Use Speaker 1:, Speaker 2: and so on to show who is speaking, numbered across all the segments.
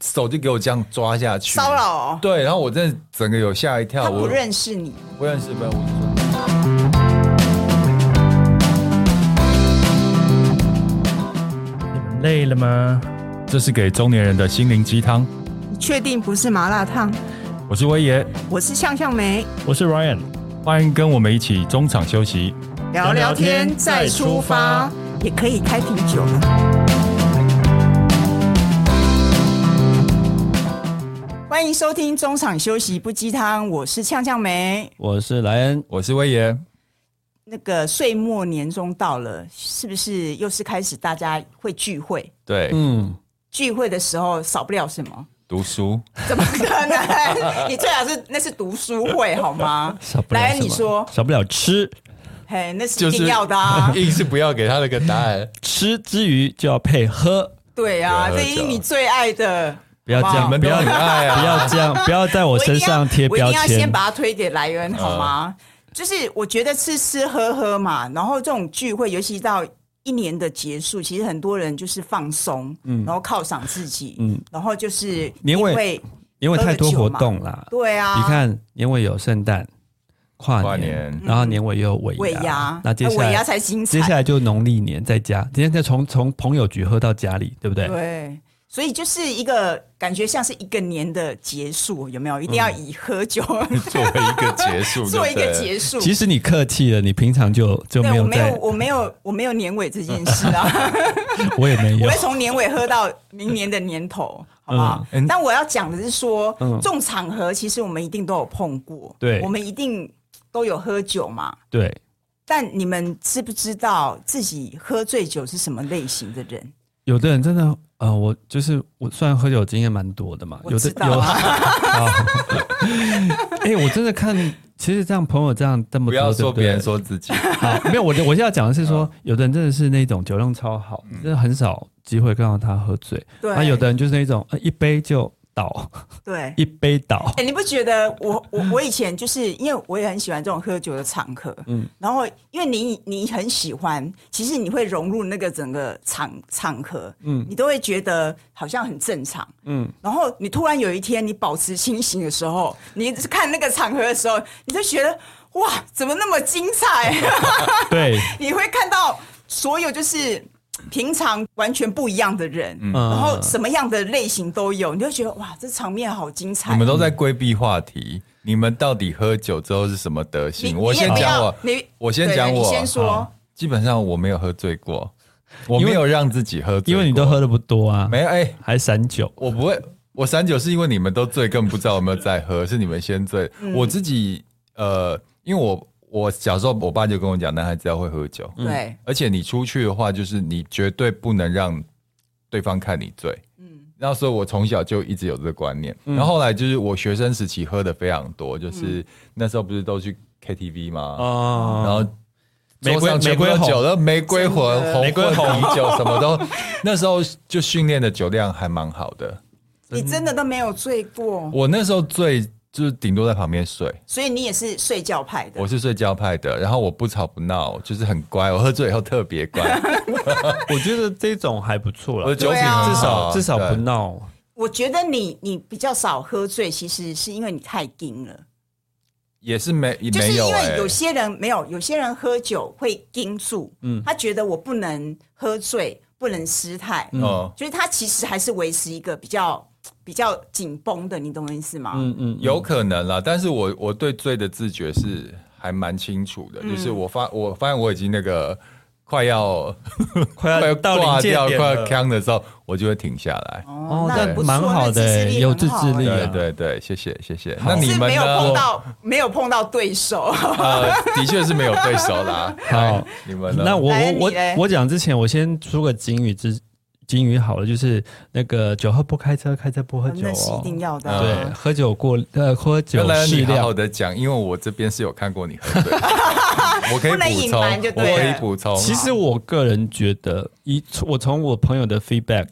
Speaker 1: 手就给我这样抓下去，
Speaker 2: 骚扰哦
Speaker 1: 对，然后我真的整个有吓一跳，
Speaker 2: 他
Speaker 1: 我
Speaker 2: 不认识你，
Speaker 1: 不认识，不认识。我就说
Speaker 3: 你们累了吗？
Speaker 1: 这是给中年人的心灵鸡汤。
Speaker 2: 你确定不是麻辣烫？
Speaker 1: 我是威爷，
Speaker 2: 我是向向梅，
Speaker 3: 我是 Ryan，
Speaker 1: 欢迎跟我们一起中场休息。
Speaker 2: 聊聊天
Speaker 3: 天
Speaker 2: 再
Speaker 3: 再
Speaker 2: 出
Speaker 3: 出
Speaker 2: 发
Speaker 3: 发，
Speaker 2: 也可以开啤酒了。欢迎收听中场休息不鸡汤，我是呛呛梅。
Speaker 4: 我是莱恩，
Speaker 1: 我是威爷，
Speaker 2: 那个岁末年终到了，是不是又是开始大家会聚会？
Speaker 1: 对，
Speaker 4: 嗯，
Speaker 2: 聚会的时候少不了什么？
Speaker 1: 读书
Speaker 2: 怎么可能？ 你最好是那是读书会好吗？
Speaker 4: 少不了
Speaker 2: 来，
Speaker 4: 什么
Speaker 2: 你说，
Speaker 4: 少不了吃，
Speaker 2: 嘿，那是一定要的啊。
Speaker 1: 硬是不要给他那个答案。
Speaker 4: 吃之余就要配喝，
Speaker 2: 对啊，
Speaker 1: 对喝
Speaker 2: 这
Speaker 1: 酒
Speaker 2: 是你最爱的。
Speaker 4: 不要这
Speaker 2: 好
Speaker 4: 样，
Speaker 2: 不
Speaker 1: 你们
Speaker 4: 不
Speaker 1: 都
Speaker 4: 要
Speaker 1: 很爱啊，
Speaker 4: 不要 这样，不要在我
Speaker 2: 一定
Speaker 4: 身
Speaker 2: 要
Speaker 4: 上贴
Speaker 2: 我
Speaker 4: 标
Speaker 2: 一定要先
Speaker 4: 签。啊
Speaker 2: 把它推给莱恩好吗？就是我觉得吃吃喝喝嘛，然后这种聚会，尤其到一年的结束，其实很多人就是放松，然后犒赏自己，然后就是
Speaker 4: 年
Speaker 2: 因
Speaker 4: 尾
Speaker 2: 为
Speaker 4: 嗯因为太多活动啦。
Speaker 2: 对啊，
Speaker 4: 你看年尾有圣诞、跨
Speaker 1: 跨年
Speaker 4: 然后年尾又有尾
Speaker 2: 嗯尾牙，哎
Speaker 4: 那接下
Speaker 2: 尾牙
Speaker 4: 来
Speaker 2: 才精彩，
Speaker 4: 接下来就农历年在家，今天再从从朋友局喝到家里，对不对？
Speaker 2: 对，所以就是一个感觉像是一个年的结束，有没有？一定要以喝 酒、
Speaker 1: 作为一个结束，
Speaker 2: 做一个
Speaker 1: 对不对
Speaker 2: 结束。
Speaker 4: 即使你客气了，你平常就就
Speaker 2: 对，
Speaker 4: 没
Speaker 2: 我
Speaker 4: 有
Speaker 2: 没
Speaker 4: 在
Speaker 2: 有，，我没有，我没有年尾这件事啊，
Speaker 4: 我也没
Speaker 2: 我
Speaker 4: 有
Speaker 2: 会。从年尾喝到明年的年头，好不好？
Speaker 1: 嗯
Speaker 2: 但我要讲的是说，
Speaker 4: 嗯
Speaker 2: 这种场合其实我们一定都有碰过，
Speaker 4: 对
Speaker 2: 我们一定都有喝酒嘛。
Speaker 4: 对，
Speaker 2: 但你们知不知道自己喝醉酒是什么类型的人？
Speaker 4: 有的人真的，呃，我就是我，虽然喝酒经验蛮多的嘛，
Speaker 2: 我
Speaker 4: 有的
Speaker 2: 知道
Speaker 4: 有，
Speaker 2: 啊
Speaker 4: 好哎、我真的看，其实这样朋友这样这么多，
Speaker 1: 不要说
Speaker 4: 对对
Speaker 1: 别人说自 己。
Speaker 4: 好，没有，我的我要讲的是说，有的人真的是那种酒量超好，真的很少机会看到他喝醉。
Speaker 2: 对，
Speaker 4: 那有的人就是那种、呃、一杯就倒，
Speaker 2: 对，
Speaker 4: 一杯 倒，
Speaker 2: 哎、你不觉得我我我以前就是因为我也很喜欢这种喝酒的场合，嗯，然后因为你你很喜欢，其实你会融入那个整个场场合，嗯，你都会觉得好像很正常，嗯，然后你突然有一天你保持清醒的时候，你看那个场合的时候，你就觉得哇，怎么那么精彩？
Speaker 4: 对，
Speaker 2: 你会看到所有就是平常完全不一样的人，
Speaker 4: 嗯
Speaker 2: 然后什么样的类型都有，你就觉得哇，这场面好精彩。
Speaker 1: 你们都在规避话题。你们到底喝酒之后是什么德
Speaker 2: 你
Speaker 1: 行？我
Speaker 2: 你也
Speaker 1: 先
Speaker 2: 不
Speaker 1: 讲
Speaker 2: 要
Speaker 1: 我，
Speaker 2: 你
Speaker 1: 我先
Speaker 2: 对
Speaker 1: 讲
Speaker 2: 对
Speaker 1: 我啊
Speaker 2: 你先说
Speaker 1: 好。基本上我没有喝醉过，我没有让自己喝醉
Speaker 4: 因为你
Speaker 1: 过
Speaker 4: 都喝的不多啊，
Speaker 1: 没有哎、
Speaker 4: 还散酒，
Speaker 1: 我不会，我散酒是因为你们都醉，根本不知道有没有在喝，是你们先醉。我自己呃，因为我我小时候我爸就跟我讲，男孩子要会喝酒，
Speaker 4: 嗯
Speaker 2: 对，
Speaker 1: 而且你出去的话，就是你绝对不能让对方看你醉。嗯，然后所以我从小就一直有这个观念。
Speaker 4: 嗯
Speaker 1: 然后后来就是我学生时期喝的非常多，就是那时候不是都去 KTV 吗？
Speaker 4: 哦，
Speaker 1: 然后
Speaker 4: 玫瑰
Speaker 1: 桌上全部
Speaker 4: 玫瑰
Speaker 1: 都
Speaker 4: 红
Speaker 1: 酒，然后玫瑰魂、红
Speaker 4: 玫瑰
Speaker 1: 混
Speaker 4: 红
Speaker 1: 啤酒什么都，那时候就训练的酒量还蛮好的。
Speaker 4: 嗯
Speaker 2: 你真的都没有醉过，
Speaker 1: 我那时候醉就是顶多在旁边睡，
Speaker 2: 所以你也是睡觉派的
Speaker 1: 我。是睡觉派的，然后我不吵不闹，就是很乖。我喝醉以后特别 乖，
Speaker 4: 我觉得这种还不错
Speaker 1: 我的
Speaker 4: 了，
Speaker 1: 酒品
Speaker 2: 对啊
Speaker 1: 很
Speaker 4: 至
Speaker 1: 好
Speaker 4: 少至少不
Speaker 1: 对
Speaker 4: 闹。
Speaker 2: 我觉得你你比较少喝醉，其实是因为你太硬了，
Speaker 1: 也是没也
Speaker 2: 就是
Speaker 1: 没有
Speaker 2: 因
Speaker 1: 哎、
Speaker 2: 为有些人没有，有些人喝酒会硬住，嗯，他觉得我不能喝醉，不能失态，
Speaker 1: 哦
Speaker 2: 就是他其实还是维持一个比较比较紧绷的，你懂我意思吗？
Speaker 4: 嗯嗯，
Speaker 1: 有可能啦，但是我我对醉的自觉是还蛮清楚的，就是
Speaker 2: 嗯
Speaker 1: 我发我发现我已经那个快要
Speaker 4: 快
Speaker 1: 快
Speaker 4: 要
Speaker 1: 要
Speaker 4: 到
Speaker 1: 挂
Speaker 4: 临界
Speaker 1: 掉、
Speaker 4: 点
Speaker 1: 快要
Speaker 4: 了。
Speaker 1: 呛的时候，我就会停下来。
Speaker 4: 哦
Speaker 2: 那
Speaker 4: 这
Speaker 2: 很不错
Speaker 4: 蛮好的
Speaker 2: 那自制力
Speaker 4: 欸有
Speaker 2: 很
Speaker 4: 自
Speaker 2: 好
Speaker 4: 制力
Speaker 2: 欸
Speaker 4: 啊
Speaker 1: 对对对，谢谢谢谢。
Speaker 4: 好
Speaker 1: 那
Speaker 2: 是
Speaker 1: 你们
Speaker 2: 没有碰
Speaker 1: 呢？
Speaker 2: 到没有碰到对手，
Speaker 1: 呃，的确是没有对手啦。
Speaker 4: 好
Speaker 1: 来你们呢？
Speaker 4: 那我
Speaker 2: 来
Speaker 4: 我
Speaker 2: 你
Speaker 4: 我
Speaker 2: 嘞
Speaker 4: 我讲之前，我先出个金语之金语好了，就是那个酒后不开车，开车不喝
Speaker 1: 啊
Speaker 4: 酒
Speaker 2: 那是一
Speaker 4: 哦。
Speaker 2: 定要的、啊
Speaker 4: 对，喝酒过呃，喝酒
Speaker 1: 原来
Speaker 4: 适
Speaker 1: 你好好
Speaker 4: 量。
Speaker 1: 的讲，因为我这边是有看过你喝 醉，我可以
Speaker 2: 不能
Speaker 1: 补
Speaker 2: 隐
Speaker 1: 充，
Speaker 2: 瞒就
Speaker 1: 我
Speaker 2: 对
Speaker 1: 可以
Speaker 2: 了
Speaker 1: 补充。
Speaker 4: 其实我个人觉得，一我从我朋友的 feedback，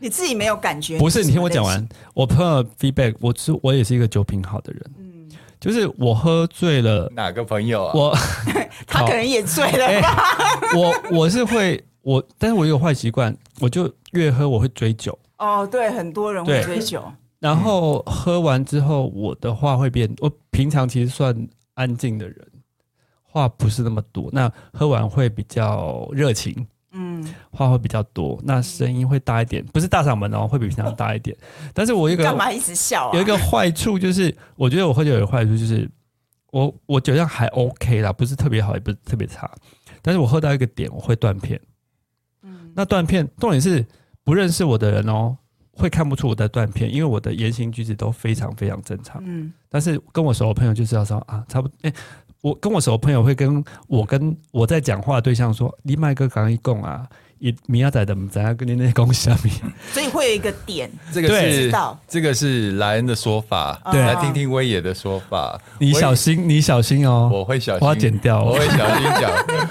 Speaker 2: 你自己没有感觉。
Speaker 4: 不是你听我
Speaker 2: 什
Speaker 4: 讲
Speaker 2: 么类
Speaker 4: 完，我朋友的 feedback，我是我也是一个酒品好的人，
Speaker 2: 嗯
Speaker 4: 就是我喝醉了，
Speaker 1: 哪个朋友啊？
Speaker 4: 我
Speaker 2: 型，他可能也醉了
Speaker 4: 哎
Speaker 2: 吧？
Speaker 4: 我我是会我，但是我有坏习惯，我就越喝我会追酒，
Speaker 2: 哦，对，很多人会
Speaker 4: 对
Speaker 2: 追酒，
Speaker 4: 然后喝完之后，我的话会变，我平常其实算安静的人，话不是那么多。那喝完会比较热情，
Speaker 2: 嗯，
Speaker 4: 话会比较多，那声音会大一点，不是大嗓门哦，会比平常大一点。但是我有一个
Speaker 2: 干嘛一直笑啊？
Speaker 4: 有一个坏处就是，我觉得我喝酒有一个坏处就是，我我酒量还 OK 啦，不是特别好，也不是特别差，但是我喝到一个点，我会断片。
Speaker 2: 嗯
Speaker 4: 那断片重点是不认识我的人哦，会看不出我在断片，因为我的言行举止都非常非常正常。
Speaker 2: 嗯
Speaker 4: 但是跟我熟的朋友就知道说啊，差不多。哎、我跟我熟的朋友会跟我跟我在讲话的对象说，你麦哥刚一共啊，一明仔的怎样跟你那公虾米？
Speaker 2: 所以会有一个点，
Speaker 1: 这个
Speaker 4: 对
Speaker 1: 是
Speaker 2: 知道嗯
Speaker 1: 这个是莱恩的说法，
Speaker 2: 对
Speaker 1: 来听听威爷的说法。
Speaker 4: 你小心，你小心哦。
Speaker 1: 我会小心，
Speaker 4: 我要剪掉哦
Speaker 1: 我会小心 讲。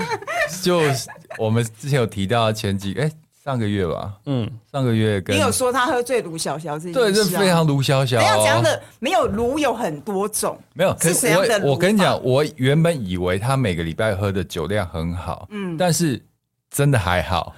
Speaker 1: 就是我们之前有提到前几哎、上个月吧，
Speaker 4: 嗯，
Speaker 1: 上个月跟
Speaker 2: 你有说他喝醉卢小小这件事、啊，
Speaker 1: 对，这非常卢小小、
Speaker 2: 怎样怎样
Speaker 1: 哦。
Speaker 2: 的，没有卢有很多种，
Speaker 1: 没有，
Speaker 2: 是
Speaker 1: 可是
Speaker 2: 怎样的
Speaker 1: 我我
Speaker 2: 卤
Speaker 1: 跟你
Speaker 2: 法
Speaker 1: 讲，我原本以为他每个礼拜喝的酒量很好，嗯，但是真的还好，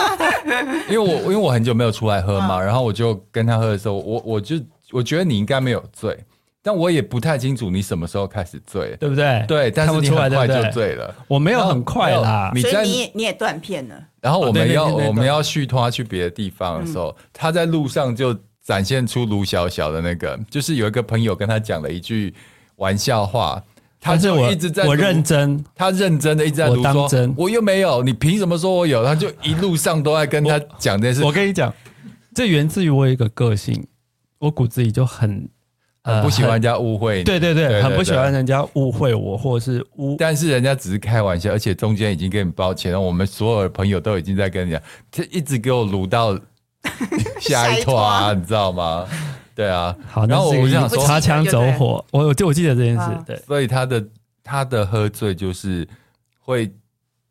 Speaker 1: 因为我因为我很久没有出来喝嘛，然后我就跟他喝的时候，我我就我觉得你应该没有醉，但我也不太清楚你什么时候开始醉，
Speaker 4: 对不对？
Speaker 1: 对，但
Speaker 4: 看
Speaker 1: 是
Speaker 4: 不
Speaker 1: 你
Speaker 4: 出来
Speaker 1: 很快
Speaker 4: 对不
Speaker 1: 就
Speaker 4: 对
Speaker 1: 醉了。
Speaker 4: 我没有很快啦
Speaker 1: 没有，你
Speaker 2: 所
Speaker 1: 在
Speaker 2: 以你也你也断片了。
Speaker 1: 然后我
Speaker 4: 哦
Speaker 1: 们
Speaker 4: 对
Speaker 1: 要、
Speaker 4: 对对对嗯
Speaker 1: 我们要续拖他去别的地方的时候，他在路上就展现出卢小小的那个，就是有一个朋友跟他讲了一句玩笑话，他
Speaker 4: 但是
Speaker 1: 就
Speaker 4: 我
Speaker 1: 一直在
Speaker 4: 我
Speaker 1: 撸
Speaker 4: 认真，
Speaker 1: 他认真的一直在
Speaker 4: 我
Speaker 1: 卢
Speaker 4: 当
Speaker 1: 说
Speaker 4: 真，
Speaker 1: 我又没有，你凭什么说我有？他就一路上都在跟他讲这件
Speaker 4: 我
Speaker 1: 事，
Speaker 4: 跟你讲，这源自于我有一个个性，我骨子里就很呃
Speaker 1: 很不喜欢人
Speaker 4: 很
Speaker 1: 家误会你，
Speaker 4: 对对对，
Speaker 1: 对
Speaker 4: 很不喜欢人家误会我，或者是污。
Speaker 1: 但是人家只是开玩笑，而且中间已经跟你抱歉了。我们所有的朋友都已经在跟你讲，他一直给我撸到 下一拖啊，
Speaker 2: 下一拖
Speaker 1: 你知道吗？对啊，
Speaker 4: 好，
Speaker 1: 然后
Speaker 4: 那是一
Speaker 1: 我
Speaker 4: 个
Speaker 1: 想说，
Speaker 4: 擦枪走火，我我记我记得这件事
Speaker 2: 啊，
Speaker 4: 对
Speaker 1: 所以他的他的喝醉就是会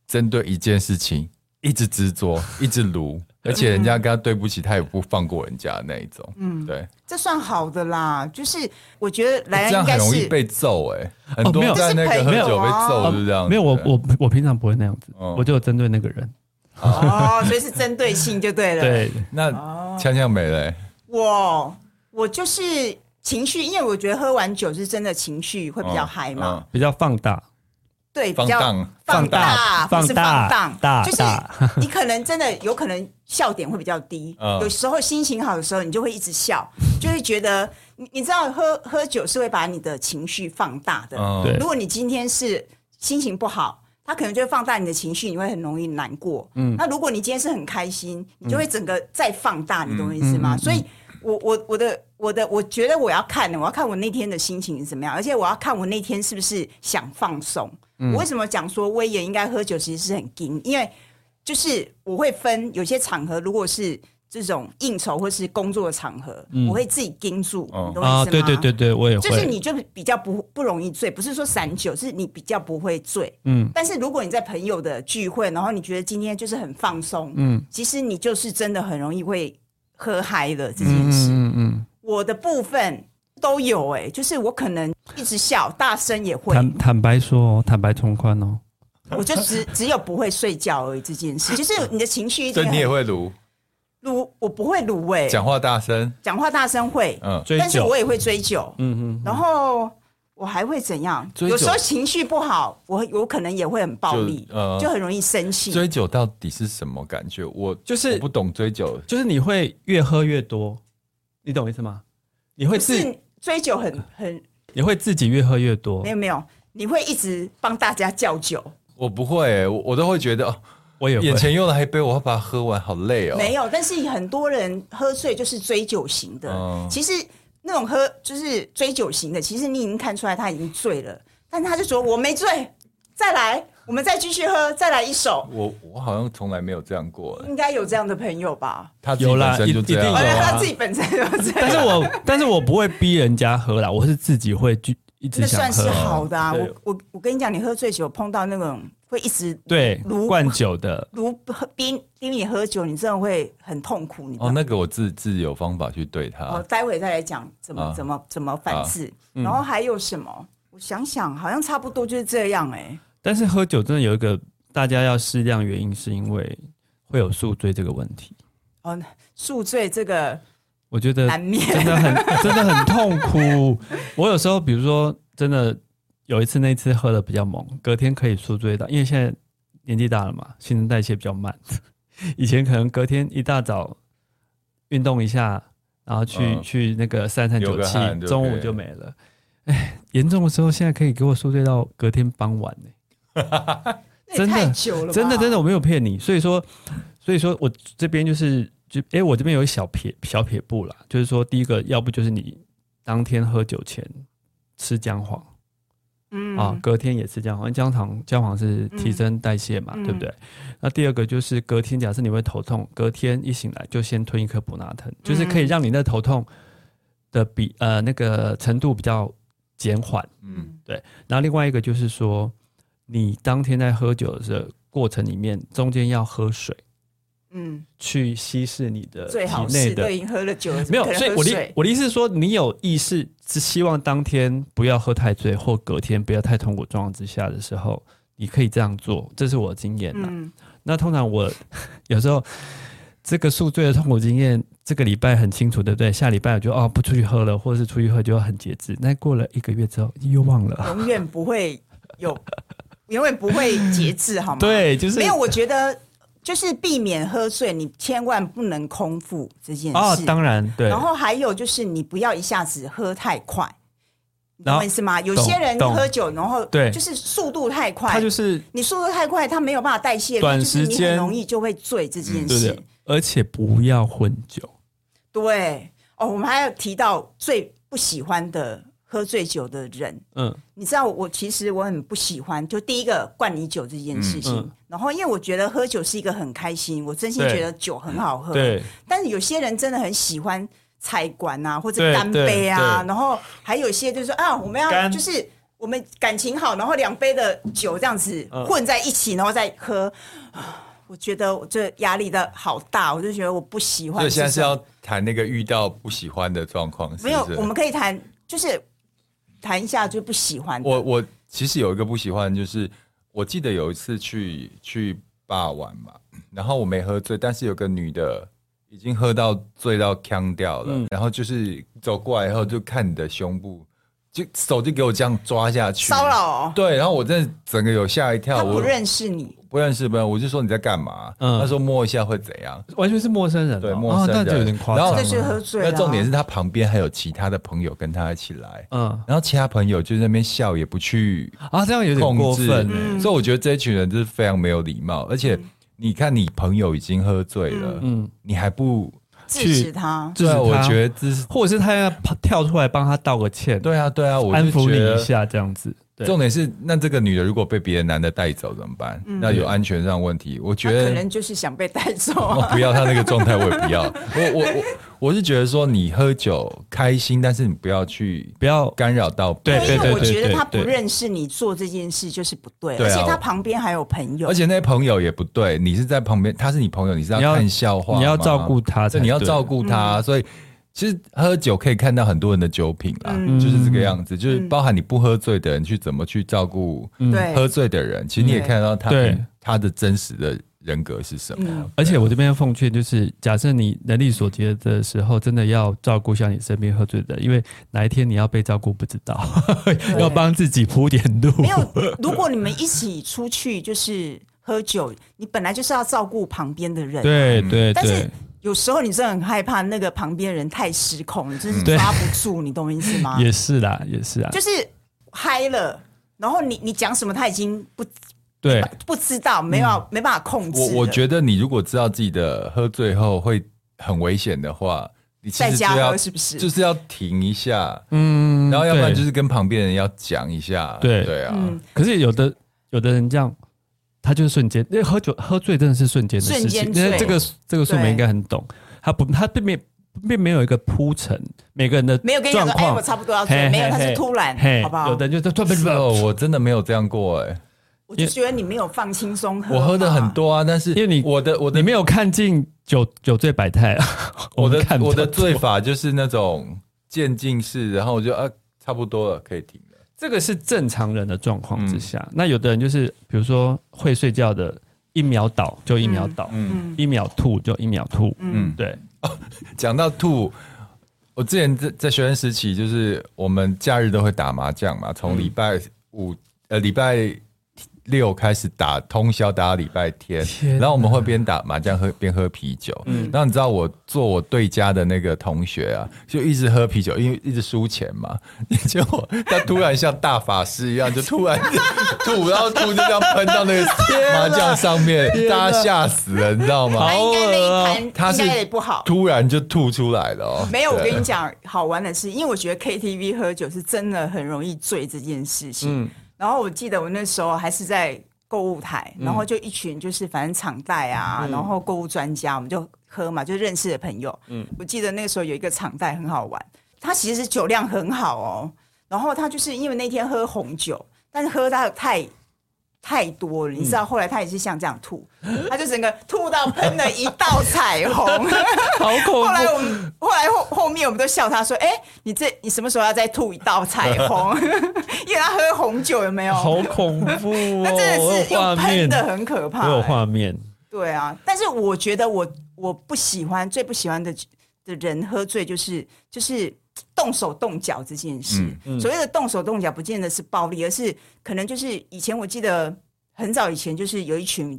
Speaker 1: 针对一件事情一直执 着，一直撸，而且人家跟他对不起，他也不放过人家的那一种。嗯，对，欸
Speaker 2: 这算好的啦，就是我觉得莱
Speaker 1: 这样很
Speaker 2: 恩啊应该
Speaker 1: 容易
Speaker 2: 是哦
Speaker 1: 被揍哎，很
Speaker 4: 没
Speaker 1: 多
Speaker 4: 有
Speaker 1: 在那个喝酒被揍就是这样子。
Speaker 4: 没有我我我平常不会那样子，
Speaker 1: 嗯
Speaker 4: 我就针对那个人，
Speaker 2: 哦，所以是针对性就对了。，
Speaker 4: 对，
Speaker 1: 那
Speaker 2: 哦
Speaker 1: 锵锵没嘞，
Speaker 2: 我我就是情绪，因为我觉得喝完酒是真的情绪会比较嗨嘛，
Speaker 1: 嗯
Speaker 4: 比较放大，
Speaker 2: 对，比
Speaker 1: 放
Speaker 2: 较
Speaker 1: 荡
Speaker 2: 放
Speaker 4: 大
Speaker 2: 不是
Speaker 4: 大
Speaker 2: 放荡，
Speaker 4: 大
Speaker 2: 就是
Speaker 4: 大，
Speaker 2: 你可能真的有可能笑点会比较低，
Speaker 1: 嗯
Speaker 2: 有时候心情好的时候，你就会一直 笑，就会觉得你你知道喝喝酒是会把你的情绪放大的。
Speaker 1: 嗯
Speaker 4: 对
Speaker 2: 如果你今天是心情不好，它可能就会放大你的情绪，你会很容易难过。嗯，那如果你今天是很开心，你就
Speaker 1: 嗯
Speaker 2: 会整个再放大，你懂我意思吗？所以我我我的我的我觉得我要看的，我要看我那天的心情是怎么样，而且我要看我那天是不是想放松。
Speaker 4: 嗯
Speaker 2: 我为什么讲说威严应该喝酒其实是很硬，因为就是我会分有些场合，如果是这种应酬或是工作的场合，我会自己盯住，
Speaker 1: 哦
Speaker 2: 你懂我意思吗？
Speaker 4: 嗯啊，对对对对，我也会，
Speaker 2: 就是你就比较不不容易醉，不是说散酒，是你比较不会醉。
Speaker 4: 嗯
Speaker 2: 但是如果你在朋友的聚会，然后你觉得今天就是很放松，
Speaker 4: 嗯
Speaker 2: 其实你就是真的很容易会喝嗨了这
Speaker 4: 嗯
Speaker 2: 件事。
Speaker 4: 嗯嗯
Speaker 2: 我的部分都有哎、就是我可能一直笑，大声也
Speaker 4: 嗯，
Speaker 2: 会，
Speaker 4: 坦坦白说哦，坦白从宽哦，
Speaker 2: 我就只只有不会睡觉而已这件 事。就是你的情绪一
Speaker 1: 嗯所
Speaker 2: 定
Speaker 1: 以
Speaker 2: 很
Speaker 1: 你也会撸，
Speaker 2: 卤，我不会卤味、
Speaker 1: 讲话大声，
Speaker 2: 讲话大声会，
Speaker 1: 嗯，
Speaker 4: 追
Speaker 2: 但是
Speaker 4: 究
Speaker 2: 我也会追酒，
Speaker 4: 嗯嗯
Speaker 2: 然后我还会怎样？
Speaker 1: 追酒
Speaker 2: 有时候情绪不好，我有可能也会很暴力，
Speaker 1: 就呃
Speaker 2: 就很容易生气。
Speaker 1: 追酒到底是什么感觉？我
Speaker 4: 就是
Speaker 1: 我不懂追酒，
Speaker 4: 就是你会越喝越多，你懂我意思吗？你会
Speaker 2: 不
Speaker 4: 自
Speaker 2: 是追酒很很
Speaker 4: 你会自己越喝越多
Speaker 2: 没，有没有，你会一直帮大家叫酒，
Speaker 1: 我不会欸，我我都会觉得哦，
Speaker 4: 我也会
Speaker 1: 眼。前用了黑杯，我要把它喝完，好累哦。
Speaker 2: 没有。但是很多人喝醉就是追酒型的，
Speaker 1: 哦
Speaker 2: 其实那种喝就是追酒型的，其实你已经看出来他已经醉了，但他就说我没醉，再来，我们再继续喝，再来一手。
Speaker 1: 我我好像从来没有这样过，欸
Speaker 2: 应该有这样的朋友吧？
Speaker 1: 他自己
Speaker 4: 有啦
Speaker 1: 本身就这
Speaker 4: 一
Speaker 1: 样
Speaker 4: 有
Speaker 2: 而
Speaker 4: 定
Speaker 2: 且
Speaker 4: 啊
Speaker 2: 他自己本身就这样。
Speaker 4: 但是我但是我不会逼人家喝啦，我是自己会去一直
Speaker 2: 那
Speaker 4: 想喝。
Speaker 2: 算是好的啊！
Speaker 4: 对
Speaker 2: 我我我跟你讲，你喝醉酒碰到那种会一直
Speaker 4: 对
Speaker 2: 如
Speaker 4: 灌酒的，
Speaker 2: 如逼逼你喝酒，你真的会很痛苦，你知
Speaker 1: 哦
Speaker 2: 道，吗？
Speaker 1: 那个我自自己有方法去对
Speaker 4: 啊
Speaker 1: 他。
Speaker 4: 哦
Speaker 2: 我待会再来讲怎么、
Speaker 1: 啊
Speaker 2: 怎么怎么反制。
Speaker 4: 嗯
Speaker 2: 然后还有什么？我想想，好像差不多就是这样哎、
Speaker 4: 但是喝酒真的有一个大家要适量，原因是因为会有宿醉这个问题。
Speaker 2: 哦，宿醉这个
Speaker 4: 我觉得
Speaker 2: 难免。
Speaker 4: 真的很真的很痛苦。我有时候比如说真的有一次那一次喝的比较猛，隔天可以宿醉到，因为现在年纪大了嘛，新陈代谢比较慢。 以前可能隔天一大早运动一下，然后去、
Speaker 1: 嗯
Speaker 4: 去那个散散
Speaker 1: 流
Speaker 4: 酒
Speaker 1: 个
Speaker 4: 气
Speaker 1: 汗，就
Speaker 4: 中
Speaker 1: 可
Speaker 4: 午
Speaker 1: 以
Speaker 4: 就没了。哎，严重的时候现在可以给我宿醉到隔天傍晚呢、
Speaker 2: 那也
Speaker 4: 真的
Speaker 2: 太久了吧，
Speaker 4: 真的真的，我没有骗你。所以说，所以说我这边就是就哎、我这边有一小撇小撇步啦，就是说，第一个，要不就是你当天喝酒前吃姜黄、
Speaker 2: 嗯
Speaker 4: 啊，隔天也吃姜黄，因为姜糖姜黄是提升代谢嘛，
Speaker 2: 嗯
Speaker 4: 对不对？那第二个就是隔天，假设你会头痛，隔天一醒来就先吞一颗补钠
Speaker 2: 嗯
Speaker 4: 疼，就是可以让你的头痛的比呃那个程度比较减缓。
Speaker 1: 嗯，
Speaker 4: 然后另外一个就是说，你当天在喝酒的时候过程里面，中间要喝水。
Speaker 2: 嗯，
Speaker 4: 去稀释你的
Speaker 2: 最好
Speaker 4: 体内
Speaker 2: 是
Speaker 4: 的
Speaker 2: 都已。经喝了酒了，
Speaker 4: 没有
Speaker 2: 怎，么可
Speaker 4: 所以
Speaker 2: 能
Speaker 4: 我
Speaker 2: 喝
Speaker 4: 的
Speaker 2: 水
Speaker 4: 我的意思是说，你有意识是希望当天不要喝太醉，或隔天不要太痛苦状况之下的时候，你可以这样做，这是我的经验啊。
Speaker 2: 嗯
Speaker 4: 那通常我有时候这个宿醉的痛苦经验，这个礼拜很清楚，对不对？下礼拜我就哦不出去喝了，或者是出去喝就很节制。那过了一个月之后又忘了，
Speaker 2: 永远不会有，永远不会节制，好吗？，
Speaker 4: 对，就是
Speaker 2: 没有，我觉得就是避免喝醉，你千万不能空腹这件事。
Speaker 4: 哦，当然对
Speaker 2: 然，后还有就是你不要一下子喝太快，你懂
Speaker 4: 然后
Speaker 2: 我意思吗？有些人
Speaker 4: 懂
Speaker 2: 喝酒，然后
Speaker 4: 对
Speaker 2: 就是速度太快，
Speaker 4: 他就是
Speaker 2: 你速度太快，他没有办法代谢，
Speaker 4: 短
Speaker 2: 就是你
Speaker 4: 时间嗯
Speaker 2: 很容易就会醉这件
Speaker 4: 对不
Speaker 2: 事。
Speaker 4: 对？而且不要混酒。
Speaker 2: 对哦，我们还有提到最不喜欢的喝醉酒的人，
Speaker 4: 嗯，
Speaker 2: 你知道我其实我很不喜欢，就第一个灌你酒这件事情。
Speaker 4: 嗯嗯
Speaker 2: 然后因为我觉得喝酒是一个很开心，我真心
Speaker 4: 对
Speaker 2: 觉得酒很好喝。
Speaker 4: 对。
Speaker 2: 但是有些人真的很喜欢菜馆啊，或者
Speaker 4: 对
Speaker 2: 干杯啊
Speaker 4: 对，对
Speaker 2: 然后还有一些就是说啊，我们要
Speaker 4: 干
Speaker 2: 就是我们感情好，然后两杯的酒这样子
Speaker 4: 嗯
Speaker 2: 混在一起，然后再喝。啊我觉得我这压力的好大，我就觉得我不喜欢
Speaker 1: 所以
Speaker 2: 这种。
Speaker 1: 现在是要谈那个遇到不喜欢的状况，是
Speaker 2: 没有
Speaker 1: 不是？，
Speaker 2: 我们可以谈，就是谈一下就不喜欢的。
Speaker 1: 我我其实有一个不喜欢，就是我记得有一次去去霸玩嘛，然后我没喝醉，但是有个女的已经喝到醉到呛掉了，
Speaker 4: 嗯
Speaker 1: 然后就是走过来以后就看你的胸部，就手就给我这样抓下去，
Speaker 2: 骚扰哦，
Speaker 1: 对，然后我真的整个有吓一跳，
Speaker 2: 他不
Speaker 1: 啊我
Speaker 2: 认识你，
Speaker 1: 不认识不认识，我就说你在干嘛？
Speaker 4: 嗯
Speaker 1: 他说摸一下会怎样？
Speaker 4: 完全是陌生人哦，
Speaker 1: 对陌生人
Speaker 4: 哦那就有点夸张
Speaker 1: 然
Speaker 2: 这
Speaker 1: 后
Speaker 2: 是
Speaker 4: 了。
Speaker 2: 喝醉了
Speaker 1: 那
Speaker 2: 啊。
Speaker 1: 重点是他旁边还有其他的朋友跟他一起来，
Speaker 4: 嗯
Speaker 1: 然后其他朋友就在那边笑，也不去
Speaker 4: 啊，这样有点过
Speaker 1: 控制
Speaker 4: 分欸。
Speaker 2: 嗯
Speaker 1: 所以我觉得这一群人就是非常没有礼貌，而且你看，你朋友已经喝醉了，
Speaker 4: 嗯，
Speaker 1: 你还不
Speaker 2: 制止他，
Speaker 4: 制止
Speaker 1: 对啊？
Speaker 4: 他
Speaker 1: 我觉得这是
Speaker 4: 或者是他要跳出来帮他道个歉，
Speaker 1: 对啊，对啊，我
Speaker 4: 安
Speaker 1: 就
Speaker 4: 抚
Speaker 1: 觉
Speaker 4: 你一
Speaker 1: 得。
Speaker 4: 下，这样子。对
Speaker 1: 重点是，那这个女的如果被别的男的带走怎么办？那有安全上问题，我
Speaker 2: 他
Speaker 1: 觉
Speaker 2: 嗯可
Speaker 1: 得
Speaker 2: 能就是想被带走
Speaker 1: 我
Speaker 2: 啊。
Speaker 1: 哦不要她那个状态，我也 不要。我我我我是觉得说，你喝酒开心，但是你不要去
Speaker 4: 不要
Speaker 1: 干扰到别
Speaker 4: 对
Speaker 1: 人。
Speaker 4: 对
Speaker 2: 因为我
Speaker 4: 对
Speaker 2: 觉得
Speaker 4: 对
Speaker 2: 他不
Speaker 4: 对
Speaker 2: 认识你做这件事就是不对，
Speaker 1: 对
Speaker 2: 而
Speaker 1: 啊
Speaker 2: 且他旁边还有朋友，
Speaker 1: 而且那些朋友也不对，你是在旁边，他是你朋友，你是要
Speaker 4: 你要
Speaker 1: 看笑话吗，
Speaker 4: 你要照顾他才
Speaker 1: 所
Speaker 4: 对，
Speaker 1: 以你要照顾他，所以其实喝酒可以看到很多人的酒品啦，
Speaker 2: 嗯
Speaker 1: 就是这个样子，就是包含你不喝醉的人去怎么去照顾
Speaker 4: 嗯
Speaker 2: 对
Speaker 1: 喝醉的人，其实你也
Speaker 2: 对
Speaker 1: 看得到他
Speaker 4: 对嗯
Speaker 1: 他的真实的人格是什么。
Speaker 4: 而且我这边奉劝，就是假设你能力所及的时候，真的要照顾一下你身边喝醉的人，因为哪一天你要被照顾不知道， 要帮自己铺点路。
Speaker 2: 没有。如果你们一起出去就是喝酒，你本来就是要照顾旁边的人，
Speaker 4: 对对
Speaker 2: 但是
Speaker 4: 对，
Speaker 2: 有时候你真的很害怕那个旁边人太失控，你真是
Speaker 4: 对
Speaker 2: 抓不住，你懂我意思吗？
Speaker 4: 也是啦，也是啊
Speaker 2: 就，是嗨了，然后你你讲什么他已经不
Speaker 4: 对嗯
Speaker 2: 不知道，没有、没办法控制
Speaker 1: 我我
Speaker 2: 了
Speaker 1: 觉得你如果知道自己的喝醉后会很危险的话，你其
Speaker 2: 在
Speaker 1: 实就
Speaker 2: 家
Speaker 1: 要
Speaker 2: 喝是不是？
Speaker 1: 就是要停一下，
Speaker 4: 嗯。
Speaker 1: 然后要不然就是是跟旁边人要讲一下，
Speaker 4: 对
Speaker 1: 对啊，
Speaker 2: 嗯，
Speaker 4: 可是有的有的人这样，他就是瞬间，因为喝酒喝醉真的是瞬间的事
Speaker 2: 瞬
Speaker 4: 情。
Speaker 2: 间醉
Speaker 4: 那这个这个素
Speaker 2: 对
Speaker 4: 梅应该很懂，他不他并没并没有一个铺陈，每个人的
Speaker 2: 没有跟你讲
Speaker 4: 状
Speaker 2: 说，哎、
Speaker 4: 况
Speaker 2: 我差不多要醉，
Speaker 4: 嘿
Speaker 2: 没有，
Speaker 4: 嘿
Speaker 2: 他是
Speaker 4: 嘿
Speaker 2: 突然，
Speaker 4: 嘿
Speaker 2: 好不好
Speaker 4: 有？的人就是突然
Speaker 1: 是哦，我真的没有这样过哎、
Speaker 2: 我就觉得你没有放轻松喝，
Speaker 1: 我喝的很，多啊，但是
Speaker 4: 因为你
Speaker 1: 我的我的
Speaker 4: 你没有看尽酒酒醉百态啊！
Speaker 1: 我
Speaker 4: 们
Speaker 1: 的
Speaker 4: 看不
Speaker 1: 我的
Speaker 4: 到
Speaker 1: 醉法就是那种渐进式，然后我就啊差不多了，可以停了。
Speaker 4: 嗯这个是正常人的状况之下，那有的人就是比如说会睡觉的，一秒倒就一秒倒，
Speaker 1: 嗯
Speaker 4: 一秒吐就一秒吐，
Speaker 1: 嗯，
Speaker 4: 对，
Speaker 1: 讲到吐，我之前在在学生时期，就是我们假日都会打麻将嘛，从礼拜
Speaker 4: 嗯
Speaker 1: 五、呃礼拜六开始打，通宵打到礼拜天，
Speaker 4: 天哪
Speaker 1: 然后我们会边打麻将喝边喝啤酒。
Speaker 4: 嗯
Speaker 1: 然后你知道我做我对家的那个同学啊，就一直喝啤酒，因为一直输钱嘛。 结果他突然像大法师一样， 就突然 吐，然后吐就这样喷到那个麻将上面，大家吓死了，你知道吗？
Speaker 2: 他应该那一
Speaker 1: 他
Speaker 2: 盘
Speaker 1: 是
Speaker 2: 应该也不好。
Speaker 1: 突然就吐出来了哦。
Speaker 2: 没有，我
Speaker 1: 对
Speaker 2: 跟你讲，好玩的是，因为我觉得 KTV 喝酒是真的很容易醉这件事情。
Speaker 4: 嗯
Speaker 2: 然后我记得我那时候还是在购物台，然后就一群就是反正厂代啊，然后购物专家，我们就喝嘛，就认识的朋友。嗯，我记得那个时候有一个厂代很好玩，他其实酒量很好哦，然后他就是因为那天喝红酒，但是喝到太。太多了，你知道，后来他也是像这样吐，他就整个吐到喷了一道彩虹。
Speaker 4: 好
Speaker 2: 后
Speaker 4: 恐
Speaker 2: 来
Speaker 4: 怖。
Speaker 2: 我们后来后后面我们都笑他说：“哎、你这你什么时候要再吐一道 彩虹？因为他喝红酒有没有？
Speaker 4: 好恐怖 哦！
Speaker 2: 那真的是
Speaker 4: 我有
Speaker 2: 用
Speaker 4: 画
Speaker 2: 喷
Speaker 4: 面，
Speaker 2: 的很可怕、
Speaker 4: 我有
Speaker 2: 哎
Speaker 4: 画面，
Speaker 2: 对啊，但是我觉得我我不喜欢最不喜欢的的人喝醉就是就是动手动脚这件事。
Speaker 4: 嗯
Speaker 2: 所谓的动手动脚，不见得是暴力，而是可能就是以前我记得很早以前就是有一群，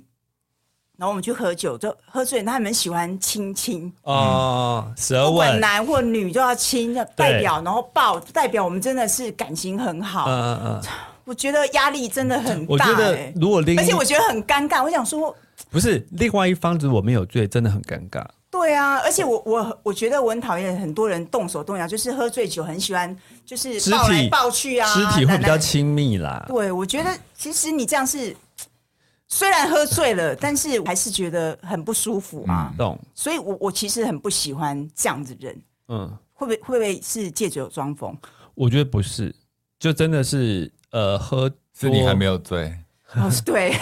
Speaker 2: 然后我们去喝酒，就喝醉，他们喜欢亲亲。
Speaker 4: 哦，舌
Speaker 2: 不管
Speaker 4: 吻，
Speaker 2: 男或女就要亲，要代表然后抱，代表我们真的是感情很好。
Speaker 4: 嗯嗯嗯，
Speaker 2: 我觉得压力真的很
Speaker 4: 我
Speaker 2: 大、
Speaker 4: 觉得
Speaker 2: 欸，
Speaker 4: 如果另
Speaker 2: 而且我觉得很尴尬。我想说，
Speaker 4: 不是另外一方，如果没有醉，真的很尴尬。
Speaker 2: 对啊，而且我我我觉得我很讨厌很多人动手动脚，就是喝醉酒很喜欢就是
Speaker 4: 肢体
Speaker 2: 抱来抱去啊，
Speaker 4: 肢体会
Speaker 2: 奶
Speaker 4: 比较
Speaker 2: 奶。
Speaker 4: 亲密啦。
Speaker 2: 对，我觉得其实你这样是。虽然喝醉了，但是我还是觉得很不舒服啊，
Speaker 4: 懂，
Speaker 2: 所以我我其实很不喜欢这样子的人，
Speaker 4: 嗯，
Speaker 2: 会不会会不会是借酒装 疯？
Speaker 4: 我觉得不是，就真的是呃喝
Speaker 1: 是你还没
Speaker 4: 有
Speaker 1: 有醉，
Speaker 2: 哦，对，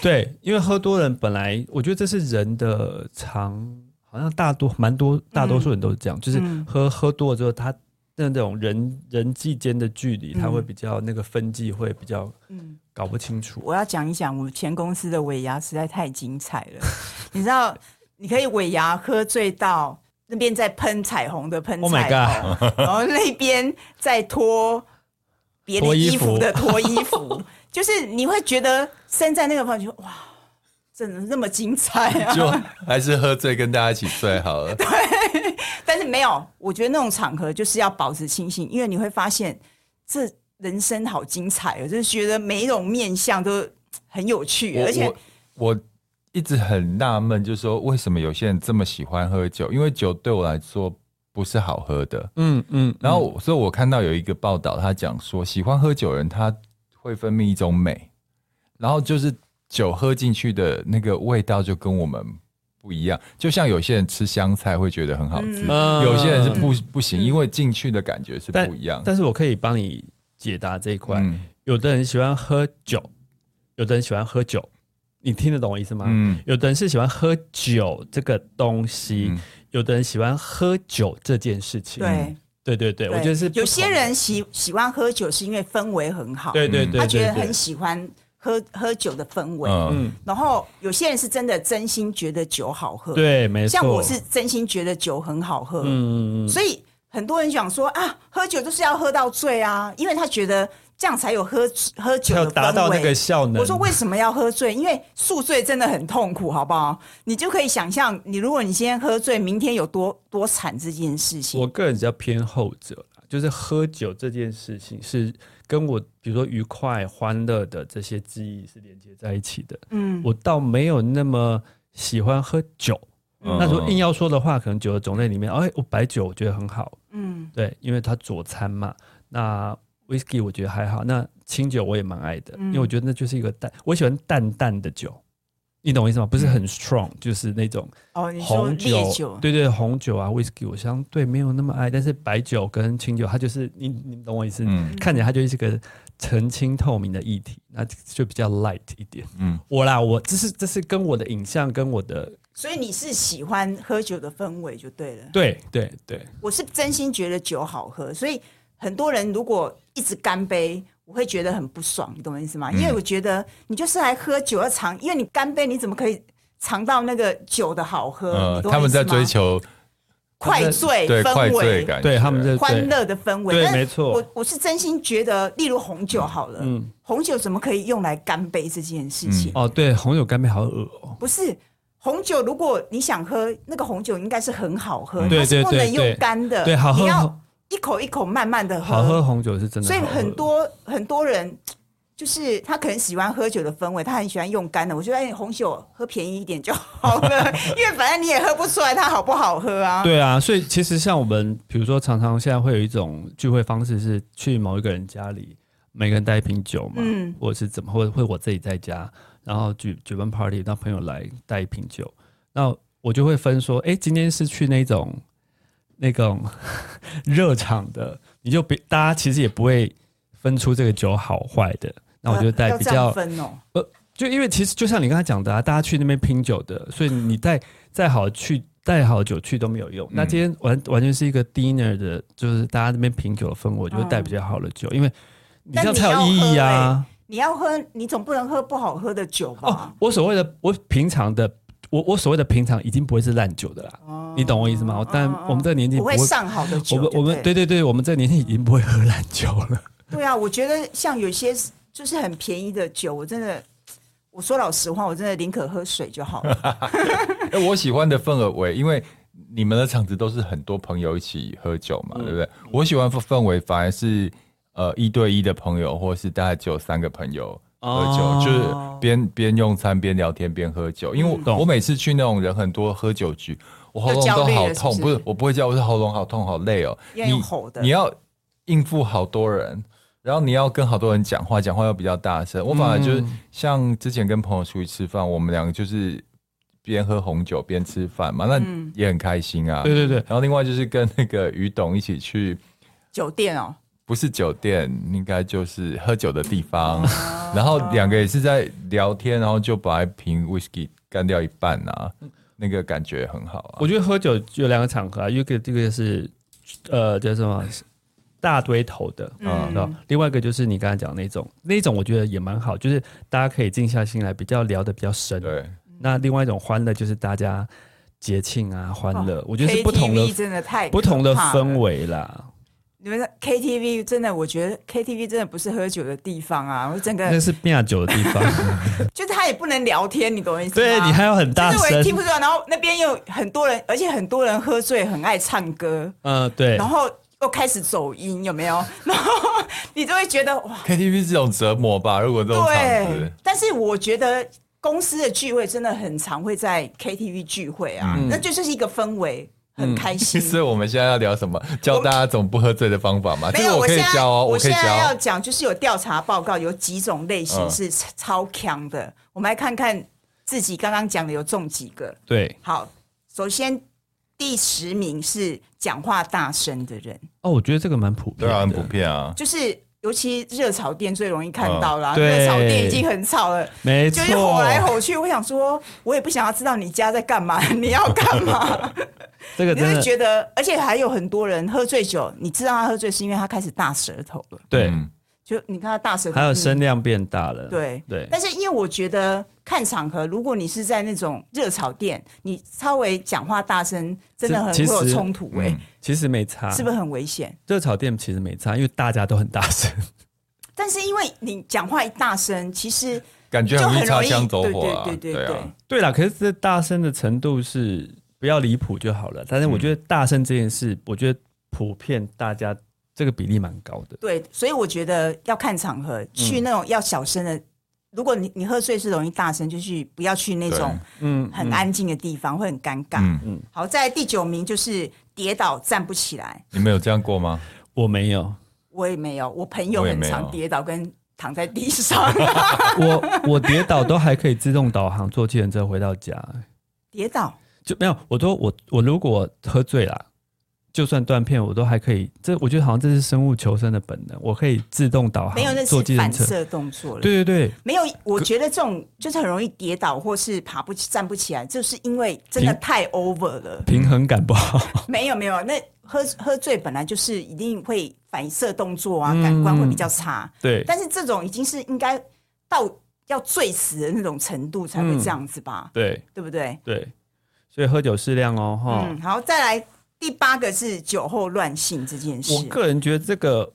Speaker 4: 对，因为喝多人本来我觉得这是人的常，好像大多蛮多大多数人都是
Speaker 2: 嗯
Speaker 4: 这样，就是喝喝多了之后，他那种人人际间的距离，他会比较那个分际会比较
Speaker 2: 嗯
Speaker 4: 搞不清楚。
Speaker 2: 我要讲一讲我前公司的尾牙实在太精彩了。 你知道，你可以尾牙喝醉到那边在喷彩虹的喷
Speaker 4: Oh my
Speaker 2: 彩虹 然后那边在脱别的
Speaker 4: 脱衣
Speaker 2: 衣
Speaker 4: 服
Speaker 2: 服的脱衣服，就是你会觉得身在那个房间，哇，真的那么精彩啊！
Speaker 1: 就还是喝醉跟大家一起醉好 了。
Speaker 2: 但是没有，我觉得那种场合就是要保持清醒，因为你会发现这人生好精彩哦，就是觉得每一种面相都很有趣，
Speaker 1: 我
Speaker 2: 而且
Speaker 1: 我我一直很纳闷，就是说为什么有些人这么喜欢喝酒？因为酒对我来说不是好喝的。
Speaker 4: 嗯嗯，
Speaker 1: 然后我，所以我看到有一个报道，他讲说，喜欢喝酒的人他会分泌一种美，然后就是酒喝进去的那个味道就跟我们不一样。就像有些人吃香菜会觉得很好吃，
Speaker 4: 嗯
Speaker 1: 有些人是不嗯不行，因为进去的感觉是
Speaker 4: 但
Speaker 1: 不一样。
Speaker 4: 但是我可以帮你解答这一块。
Speaker 1: 嗯
Speaker 4: 有的人喜欢喝酒，有的人喜欢喝酒，你听得懂我意思吗？
Speaker 1: 嗯
Speaker 4: 有的人是喜欢喝酒这个东西，
Speaker 1: 嗯
Speaker 4: 有的人喜欢喝酒这件事情。
Speaker 2: 对。
Speaker 4: 对对对，
Speaker 2: 对
Speaker 4: 我觉得是不同
Speaker 2: 有些人喜喜欢喝酒是因为氛围很好，
Speaker 4: 对对对对
Speaker 2: 他觉得
Speaker 4: 对
Speaker 2: 很喜欢喝喝酒的氛围。
Speaker 1: 嗯
Speaker 4: 嗯，
Speaker 2: 然后有些人是真的真心觉得酒好喝，，
Speaker 4: 对，没错。
Speaker 2: 像我是真心觉得酒很好喝，
Speaker 4: 嗯嗯嗯，
Speaker 2: 所以很多人讲说啊，喝酒就是要喝到醉啊，因为他觉得这样才有喝喝酒
Speaker 4: 要
Speaker 2: 的
Speaker 4: 达到
Speaker 2: 氛
Speaker 4: 那个
Speaker 2: 围。
Speaker 4: 效能。
Speaker 2: 我说为什么要喝醉？因为宿醉真的很痛苦，好不好？你就可以想象，你如果你今天喝醉，明天有多多惨这件事情。
Speaker 4: 我个人比较偏后者啦，就是喝酒这件事情是跟我比如说愉快、欢乐的这些记忆是连接在一起的。
Speaker 2: 嗯，
Speaker 4: 我倒没有那么喜欢喝酒。
Speaker 1: 嗯
Speaker 4: 那如果硬要说的话，可能酒的种类里面，哎，我白酒我觉得很好，
Speaker 2: 嗯
Speaker 4: 对，因为它佐餐嘛。那 whisky 我觉得还好，那清酒我也蛮爱的，
Speaker 2: 嗯
Speaker 4: 因为我觉得那就是一个淡，我喜欢淡淡的酒，你懂我意思吗？不是很 strong，、就是那种
Speaker 2: 哦，嗯你说
Speaker 4: 红
Speaker 2: 烈
Speaker 4: 酒，
Speaker 2: 酒，
Speaker 4: 对对，红酒啊，whisky 我相对没有那么爱，但是白酒跟清酒，它就是你你懂我意思，
Speaker 1: 嗯
Speaker 4: 看起来它就是个澄清透明的液体，那就比较 light 一点。
Speaker 1: 嗯，
Speaker 4: 我啦，我这是这是跟我的影像跟我的
Speaker 2: 所以你是喜欢喝酒的氛围就对了。
Speaker 4: 对对对，
Speaker 2: 我是真心觉得酒好喝，所以很多人如果一直干杯，我会觉得很不爽，你懂我意思吗？
Speaker 1: 嗯
Speaker 2: 因为我觉得你就是来喝酒要尝，因为你干杯，你怎么可以尝到那个酒的好喝？你
Speaker 1: 呃，
Speaker 2: 懂我
Speaker 1: 他们
Speaker 2: 意思
Speaker 1: 在
Speaker 2: 吗
Speaker 1: 追求
Speaker 2: 快醉
Speaker 1: 对
Speaker 2: 氛
Speaker 1: 快醉
Speaker 2: 围。
Speaker 1: 感觉，
Speaker 4: 对他们在
Speaker 2: 欢
Speaker 4: 对
Speaker 2: 乐的氛围，
Speaker 4: 对
Speaker 2: 但是
Speaker 4: 没错
Speaker 2: 我我是真心觉得，例如红酒好了，
Speaker 4: 嗯
Speaker 2: 红酒怎么可以用来干杯这件事情？
Speaker 4: 哦，对，红酒干杯好恶哦。
Speaker 2: 不是红酒，如果你想喝那个红酒，应该是很好喝，
Speaker 4: 嗯对
Speaker 2: 它是不
Speaker 4: 对对
Speaker 2: 能用
Speaker 4: 对
Speaker 2: 干的，
Speaker 4: 对好喝
Speaker 2: 你要
Speaker 4: 好
Speaker 2: 一口一口慢慢的
Speaker 4: 好喝红酒是真的
Speaker 2: 所以
Speaker 4: 好喝，
Speaker 2: 很多很多人就是他可能喜欢喝酒的氛围，他很喜欢用干的。我觉得哎，红酒喝便宜一点就好 了，因为反正你也喝不出来它好不好喝啊。
Speaker 4: 对啊，所以其实像我们，比如说常常现在会有一种聚会方式是去某一个人家里，每个人带一瓶酒嘛，
Speaker 2: 嗯
Speaker 4: 或者是怎么，或者会我自己在家，然后举举办 party，让朋友来带一瓶酒，那我就会分说，哎、今天是去那种那种 热场的，你就别大家其实也不会分出这个酒好坏的，那我就带
Speaker 2: 要
Speaker 4: 比
Speaker 2: 这样
Speaker 4: 较
Speaker 2: 分哦，
Speaker 4: 就因为其实就像你刚才讲的、啊，大家去那边拼酒的，所以你带再好去带好酒去都没有用。那今天完完全是一个 dinner 的，就是大家那边品酒的氛围，我就会带比较好的酒，因为你这样才有意义啊。
Speaker 2: 你要喝，你总不能喝不好喝的酒
Speaker 4: 哦
Speaker 2: 吧？，
Speaker 4: 我所谓的我平常的。我我所谓的平常已经不会是烂酒的啦，你懂我意思吗？我但我们这个年纪
Speaker 2: 不
Speaker 4: 哦不
Speaker 2: 会
Speaker 4: 会，
Speaker 2: 上好的
Speaker 4: 我
Speaker 2: 酒
Speaker 4: 们
Speaker 2: 就
Speaker 4: 我们对对嗯对，我们这个年纪已经不会喝烂酒了。
Speaker 2: 对啊，我觉得像有些就是很便宜的酒，我真的。我说老实话，我真的宁可喝水就好 了。
Speaker 1: 哎、我喜欢的氛围，因为你们的场子都是很多朋友一起喝酒
Speaker 4: 嗯
Speaker 1: 嘛，对不对？我喜欢氛氛围反而是呃一对一的朋友，或是大概只有三个朋友喝酒，
Speaker 4: 哦
Speaker 1: 就是边边用餐边聊天边喝酒。因为我、
Speaker 4: 嗯懂
Speaker 1: 我每次去那种人很多喝酒局，我喉咙
Speaker 2: 就焦
Speaker 1: 都
Speaker 2: 虑了
Speaker 1: 好
Speaker 2: 是不
Speaker 1: 痛，
Speaker 2: 是
Speaker 1: 不是我不会叫，我是喉咙好痛好累哦。
Speaker 2: 要用吼的
Speaker 1: 你要应付好多人。然后你要跟好多人讲话，讲话要比较大声。我反而就是、像之前跟朋友出去吃饭，我们两个就是边喝红酒边吃饭嘛，那也很开心啊。
Speaker 4: 对对对，
Speaker 1: 然后另外就是跟那个于董一起去，
Speaker 2: 酒店哦，
Speaker 1: 不是酒店，应该就是喝酒的地方。然后两个也是在聊天，然后就把一瓶 whisky 干掉一半啊，那个感觉很好啊。
Speaker 4: 我觉得喝酒有两个场合啊，一个这个是呃叫什么大堆头的，嗯，然后另外一个就是你刚才讲的那种，那种我觉得也蛮好，就是大家可以静下心来，比较聊得比较深。
Speaker 1: 对，
Speaker 4: 那另外一种欢乐就是大家节庆啊，欢
Speaker 2: 哦
Speaker 4: 乐，我觉得是不同
Speaker 2: KTV
Speaker 4: 的
Speaker 2: 真的太
Speaker 4: 不同的
Speaker 2: 可怕了
Speaker 4: 氛围啦。
Speaker 2: 你们的 KTV 真的，我觉得 KTV 真的不是喝酒的地方啊！我整
Speaker 4: 那
Speaker 2: 个
Speaker 4: 是变酒的地方，
Speaker 2: 就是他也不能聊天，你懂我意思吗？
Speaker 4: 对你还要很大
Speaker 2: 就是我
Speaker 4: 声
Speaker 2: 也，听不出来。然后那边又有很多人，而且很多人喝醉，很爱唱歌，
Speaker 4: 嗯、对
Speaker 2: 然，后又开始走音，有没有？ 然后你就会觉得哇，
Speaker 1: KTV 这种折磨吧，如果这种场
Speaker 2: 对
Speaker 1: 子。。
Speaker 2: 但是我觉得公司的聚会真的很常会在 KTV 聚会啊，
Speaker 1: 嗯
Speaker 2: 那就是一个氛围，很开心。
Speaker 1: 所以我们现在要聊什么？教大家怎么不喝醉的方法吗？这
Speaker 2: 没
Speaker 1: 个
Speaker 2: 有，
Speaker 1: 我可
Speaker 2: 现
Speaker 1: 以
Speaker 2: 在
Speaker 1: 教哦，可
Speaker 2: 我
Speaker 1: 以
Speaker 2: 现在要
Speaker 1: 教。
Speaker 2: 讲，就是有调查报告，有几种类型
Speaker 1: 嗯
Speaker 2: 是超强的。我们来看看自己刚刚讲的有中几个。
Speaker 4: 对，
Speaker 2: 好，首先第十名是讲话大声的人，
Speaker 4: 哦，我觉得这个蛮普遍的，
Speaker 1: 对啊，很普遍啊。
Speaker 2: 就是尤其热炒店最容易看到啦。
Speaker 4: 嗯对
Speaker 2: 热炒店已经很吵了，
Speaker 4: 没
Speaker 2: 就
Speaker 4: 错，
Speaker 2: 是吼来吼去。我想说，我也不想要知道你家在干嘛， 你要干 嘛？
Speaker 4: 这个
Speaker 2: 你就
Speaker 4: 真
Speaker 2: 会
Speaker 4: 的
Speaker 2: 觉得，而且还有很多人喝醉酒，你知道他喝醉是因为他开始大舌头了。
Speaker 4: 对，
Speaker 1: 嗯
Speaker 2: 就你看他大舌头，
Speaker 4: 还有
Speaker 2: 嗯
Speaker 4: 声量变大了，
Speaker 2: 对
Speaker 4: 对
Speaker 2: 但是因为我觉得看场合，如果你是在那种热炒店，你稍微讲话大声，真的很会
Speaker 4: 其实嗯啊
Speaker 2: 有冲突哎、
Speaker 1: 嗯
Speaker 4: 其实没差，
Speaker 2: 是不是很危险？
Speaker 4: 热炒店其实没差，因为大家都很大声。
Speaker 2: 但是因为你讲话一大声，其实
Speaker 1: 感觉
Speaker 2: 就
Speaker 1: 很
Speaker 2: 很
Speaker 1: 易擦
Speaker 2: 容易
Speaker 1: 枪走
Speaker 2: 对
Speaker 1: 火啊，
Speaker 2: 对对对对
Speaker 1: 啊，
Speaker 4: 对啦，可是这大声的程度是不要离谱就好了。但是我觉得大声这件事，我觉得普遍大家这个比例蛮高的。
Speaker 2: 对，所以我觉得要看场合，
Speaker 4: 嗯
Speaker 2: 去那种要小声的。如果你你喝醉是容易大声，就去不要去那种
Speaker 4: 嗯，
Speaker 2: 很安静的地方，会很尴尬。
Speaker 1: 嗯，
Speaker 2: 好，在第九名就是跌倒站不起来，
Speaker 1: 你们有这样过吗？
Speaker 4: 我没有，
Speaker 2: 我也没有，我朋友
Speaker 1: 我也
Speaker 2: 很
Speaker 1: 没有
Speaker 2: 常跌倒跟躺在地上。
Speaker 4: 我我跌倒都还可以自动导航坐计程车回到家，
Speaker 2: 跌倒，
Speaker 4: 就没有。我说我我如果喝醉啦，就算断片，我都还可以。这我觉得好像这是生物求生的本能，我可以自动导航
Speaker 2: 没有那
Speaker 4: 坐
Speaker 2: 是
Speaker 4: 计程
Speaker 2: 反
Speaker 4: 车。
Speaker 2: 射动作了。
Speaker 4: 对对对，
Speaker 2: 没有，我觉得这种就是很容易跌倒或是爬不起、站不起来，就是因为真的
Speaker 4: 平
Speaker 2: 太 over 了。
Speaker 4: 平衡感不好。
Speaker 2: 没有没有，那喝喝醉本来就是一定会反射动作
Speaker 1: 嗯
Speaker 2: 啊，感官会比较差。
Speaker 4: 对，
Speaker 2: 但是这种已经是应该到要醉死的那种程度才会这样子
Speaker 1: 嗯
Speaker 2: 吧，
Speaker 4: 对
Speaker 2: 对不对？
Speaker 4: 对，所以喝酒适量哦，哈、
Speaker 2: 嗯，好，再来第八个是酒后乱性这件事。
Speaker 4: 我个人觉得这个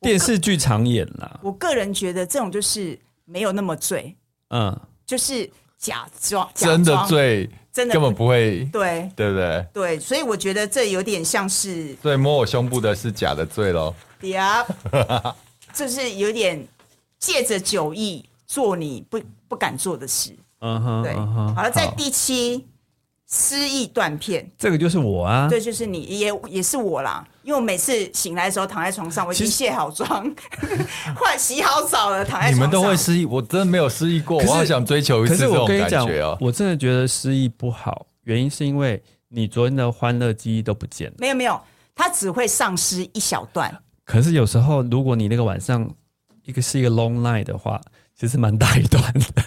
Speaker 4: 电视剧常演啦，
Speaker 2: 我个人觉得这种就是没有那么醉，
Speaker 4: 嗯，
Speaker 2: 就是假装假
Speaker 1: 真的
Speaker 2: 装，
Speaker 1: 醉
Speaker 2: 真的
Speaker 1: 根本不会，
Speaker 2: 对
Speaker 1: 对不对？
Speaker 2: 对，所以我觉得这有点像是
Speaker 1: 所以摸我胸部的是假的醉喽。
Speaker 2: 呀， 就是有点借着酒意做你不不敢做的事。
Speaker 4: 嗯哼，
Speaker 2: 对，
Speaker 4: 嗯哼
Speaker 2: 好了，在第七，失忆断片，
Speaker 4: 这个就是我啊，
Speaker 2: 这就是你也也是我啦，因为我每次醒来的时候躺在床上，我已经
Speaker 4: 其
Speaker 2: 卸好妆， 快洗好澡了，躺在床上。
Speaker 1: 你们都会失忆，我真的没有失忆过，我好想追求一
Speaker 4: 可
Speaker 1: 次
Speaker 4: 是
Speaker 1: 这
Speaker 4: 我
Speaker 1: 种
Speaker 4: 跟你
Speaker 1: 感
Speaker 4: 讲
Speaker 1: 觉，哦。
Speaker 4: 我真的觉得失忆不好，原因是因为你昨天的欢乐记忆都不见了。
Speaker 2: 没有没有，他只会丧失一小段。
Speaker 4: 可是有时候，如果你那个晚上一个是一个 long night 的话，其实蛮大一段 的。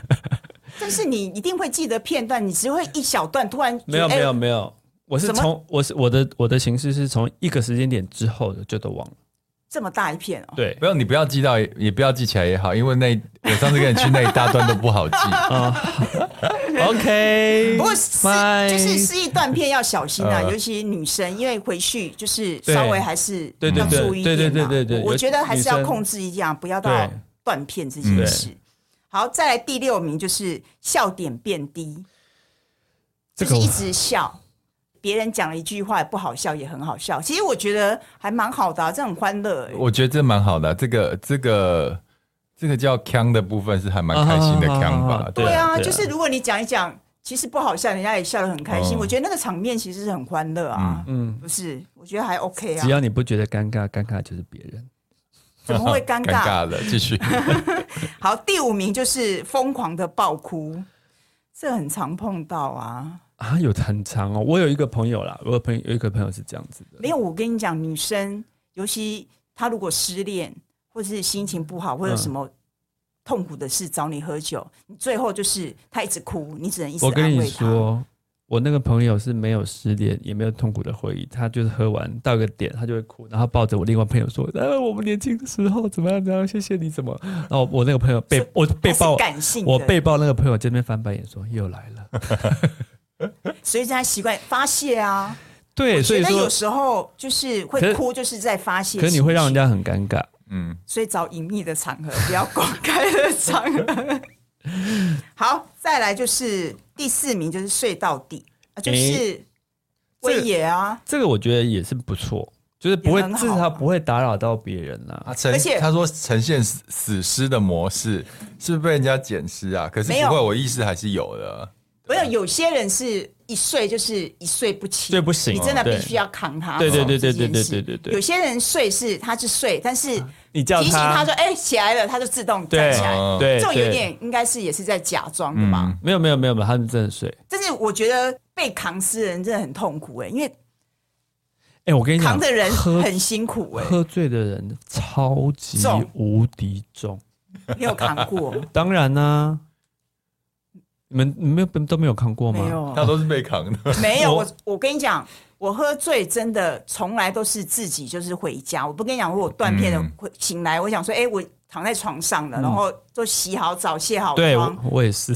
Speaker 2: 但是你一定会记得片段，你只会一小段，突然
Speaker 4: 没有
Speaker 2: 觉
Speaker 4: 没
Speaker 2: 得
Speaker 4: 有
Speaker 2: 哎
Speaker 4: 没有，我是
Speaker 2: 什么
Speaker 4: 从我是我的我的形式是从一个时间点之后的就都忘了。
Speaker 2: 这么大一片哦。
Speaker 4: 对
Speaker 1: 不，要，你不要记到，也不要记起来也好，因为那我上次跟你去那一大段都不 好记。
Speaker 4: OK，
Speaker 2: 不过失就是失忆断片要小心啊，
Speaker 1: 呃
Speaker 2: 尤其女生，因为回去就是
Speaker 4: 对
Speaker 2: 稍微还是
Speaker 4: 对对
Speaker 2: 要
Speaker 4: 对
Speaker 2: 注意一点啊
Speaker 4: 对对对对对
Speaker 2: 我我觉得还是要
Speaker 4: 尤其女生
Speaker 2: 控制一下，不要到
Speaker 4: 对
Speaker 2: 断片这件事。好，再来第六名就是笑点变低，
Speaker 4: 这
Speaker 2: 就
Speaker 4: 个
Speaker 2: 是
Speaker 4: 我
Speaker 2: 一直笑。别人讲了一句话不好笑也很好笑，其实我觉得还蛮好的、啊，这很欢乐、欸。
Speaker 1: 我觉得这蛮好的啊、这个这个这个叫腔的部分是还蛮开心的
Speaker 4: 啊
Speaker 1: 腔
Speaker 4: 啊啊啊
Speaker 1: 吧
Speaker 4: 啊？
Speaker 1: 对
Speaker 2: 对啊，
Speaker 4: 对啊
Speaker 2: 就是如果你讲一讲，其实不好笑，人家也笑得很开心。
Speaker 1: 嗯
Speaker 2: 我觉得那个场面其实是很欢乐啊，
Speaker 4: 哦嗯，
Speaker 2: 不是？我觉得还 OK 啊
Speaker 4: 只，要你不觉得尴尬，尴尬就是别人。
Speaker 2: 怎么会 尴
Speaker 1: 尴
Speaker 2: 尬？
Speaker 1: 尬了，继续。
Speaker 2: 好，第五名就是疯狂的爆哭，这很常碰到啊。
Speaker 4: 啊，有很长哦。我有一个朋友啦，我有朋友有一个朋友是这样子的，
Speaker 2: 没有，我跟你讲，女生尤其她如果失恋，或是心情不好，或者
Speaker 4: 嗯
Speaker 2: 什么。痛苦的事找你喝酒，你最后就是她一直哭，你只能一直
Speaker 4: 我跟
Speaker 2: 安
Speaker 4: 你
Speaker 2: 慰她。
Speaker 4: 说，我那个朋友是没有失恋，也没有痛苦的回忆，他就是喝完到一个点，他就会哭，然后抱着我另外朋友说：“呃，我们年轻的时候怎么样怎么样，谢谢你怎么。”然后我那个朋友被我被
Speaker 2: 她是
Speaker 4: 抱，
Speaker 2: 感性的，
Speaker 4: 我被抱那个朋友这边翻白眼说：“又来了。
Speaker 2: 所以她习惯发泄啊。”
Speaker 4: 对，所以
Speaker 2: 觉得
Speaker 4: 说
Speaker 2: 有，时候就是
Speaker 4: 可
Speaker 2: 会
Speaker 4: 是
Speaker 2: 哭，就是在发泄。
Speaker 4: 可是你会让人，家很尴尬。
Speaker 1: 嗯，
Speaker 2: 所以找隐秘的场合， 不要公开的场合。 好，再来就是第四名，就是睡到底，啊就是威爷啊，
Speaker 4: 这个我觉得也是不错，就是不会
Speaker 2: 也很好啊
Speaker 4: 至少不会打扰到别人啦、
Speaker 1: 啊，呈
Speaker 2: 而且
Speaker 1: 他说呈现死死尸的模式是不是被人家捡尸啊？可是
Speaker 2: 没有
Speaker 1: 不会，我意识还是有的。
Speaker 2: 没有有些人是一睡就是一睡不起，
Speaker 4: 睡不醒
Speaker 2: 你真的
Speaker 4: 对
Speaker 2: 必须要扛他。
Speaker 4: 对对
Speaker 2: 哦
Speaker 4: 对对
Speaker 2: 这件
Speaker 4: 对
Speaker 2: 事
Speaker 4: 对对对对
Speaker 2: 有些人睡是他是睡，但是
Speaker 4: 你叫
Speaker 2: 提醒
Speaker 4: 他
Speaker 2: 他说：“哎，起来了，他就自动站
Speaker 4: 对哦
Speaker 2: 起来。”
Speaker 4: 对，
Speaker 2: 这种有
Speaker 4: 对
Speaker 2: 点应该是也是在假装的吧？
Speaker 1: 嗯
Speaker 4: 没有没有没有没有，他们真的睡。
Speaker 2: 但是我觉得被扛尸的人真的很痛苦哎、因为
Speaker 4: 哎、我跟你讲，
Speaker 2: 扛的人
Speaker 4: 喝
Speaker 2: 很辛苦哎、
Speaker 4: 喝醉的人超级
Speaker 2: 重
Speaker 4: 无敌重。
Speaker 2: 你有扛 过
Speaker 1: 哦
Speaker 4: 当然啦、你们你们都没有看过
Speaker 2: 没
Speaker 4: 吗？
Speaker 1: 他
Speaker 2: 有？
Speaker 1: 都是被扛的，
Speaker 2: 没有，
Speaker 4: 我
Speaker 2: 我我跟你讲，我喝醉真的从来都是自己就是回家，我不跟你讲，我断片的
Speaker 1: 嗯
Speaker 2: 会醒来，我想说，哎、我躺在床上了，然后就洗好澡、卸好
Speaker 4: 对，我
Speaker 2: 妆，
Speaker 4: 我也是。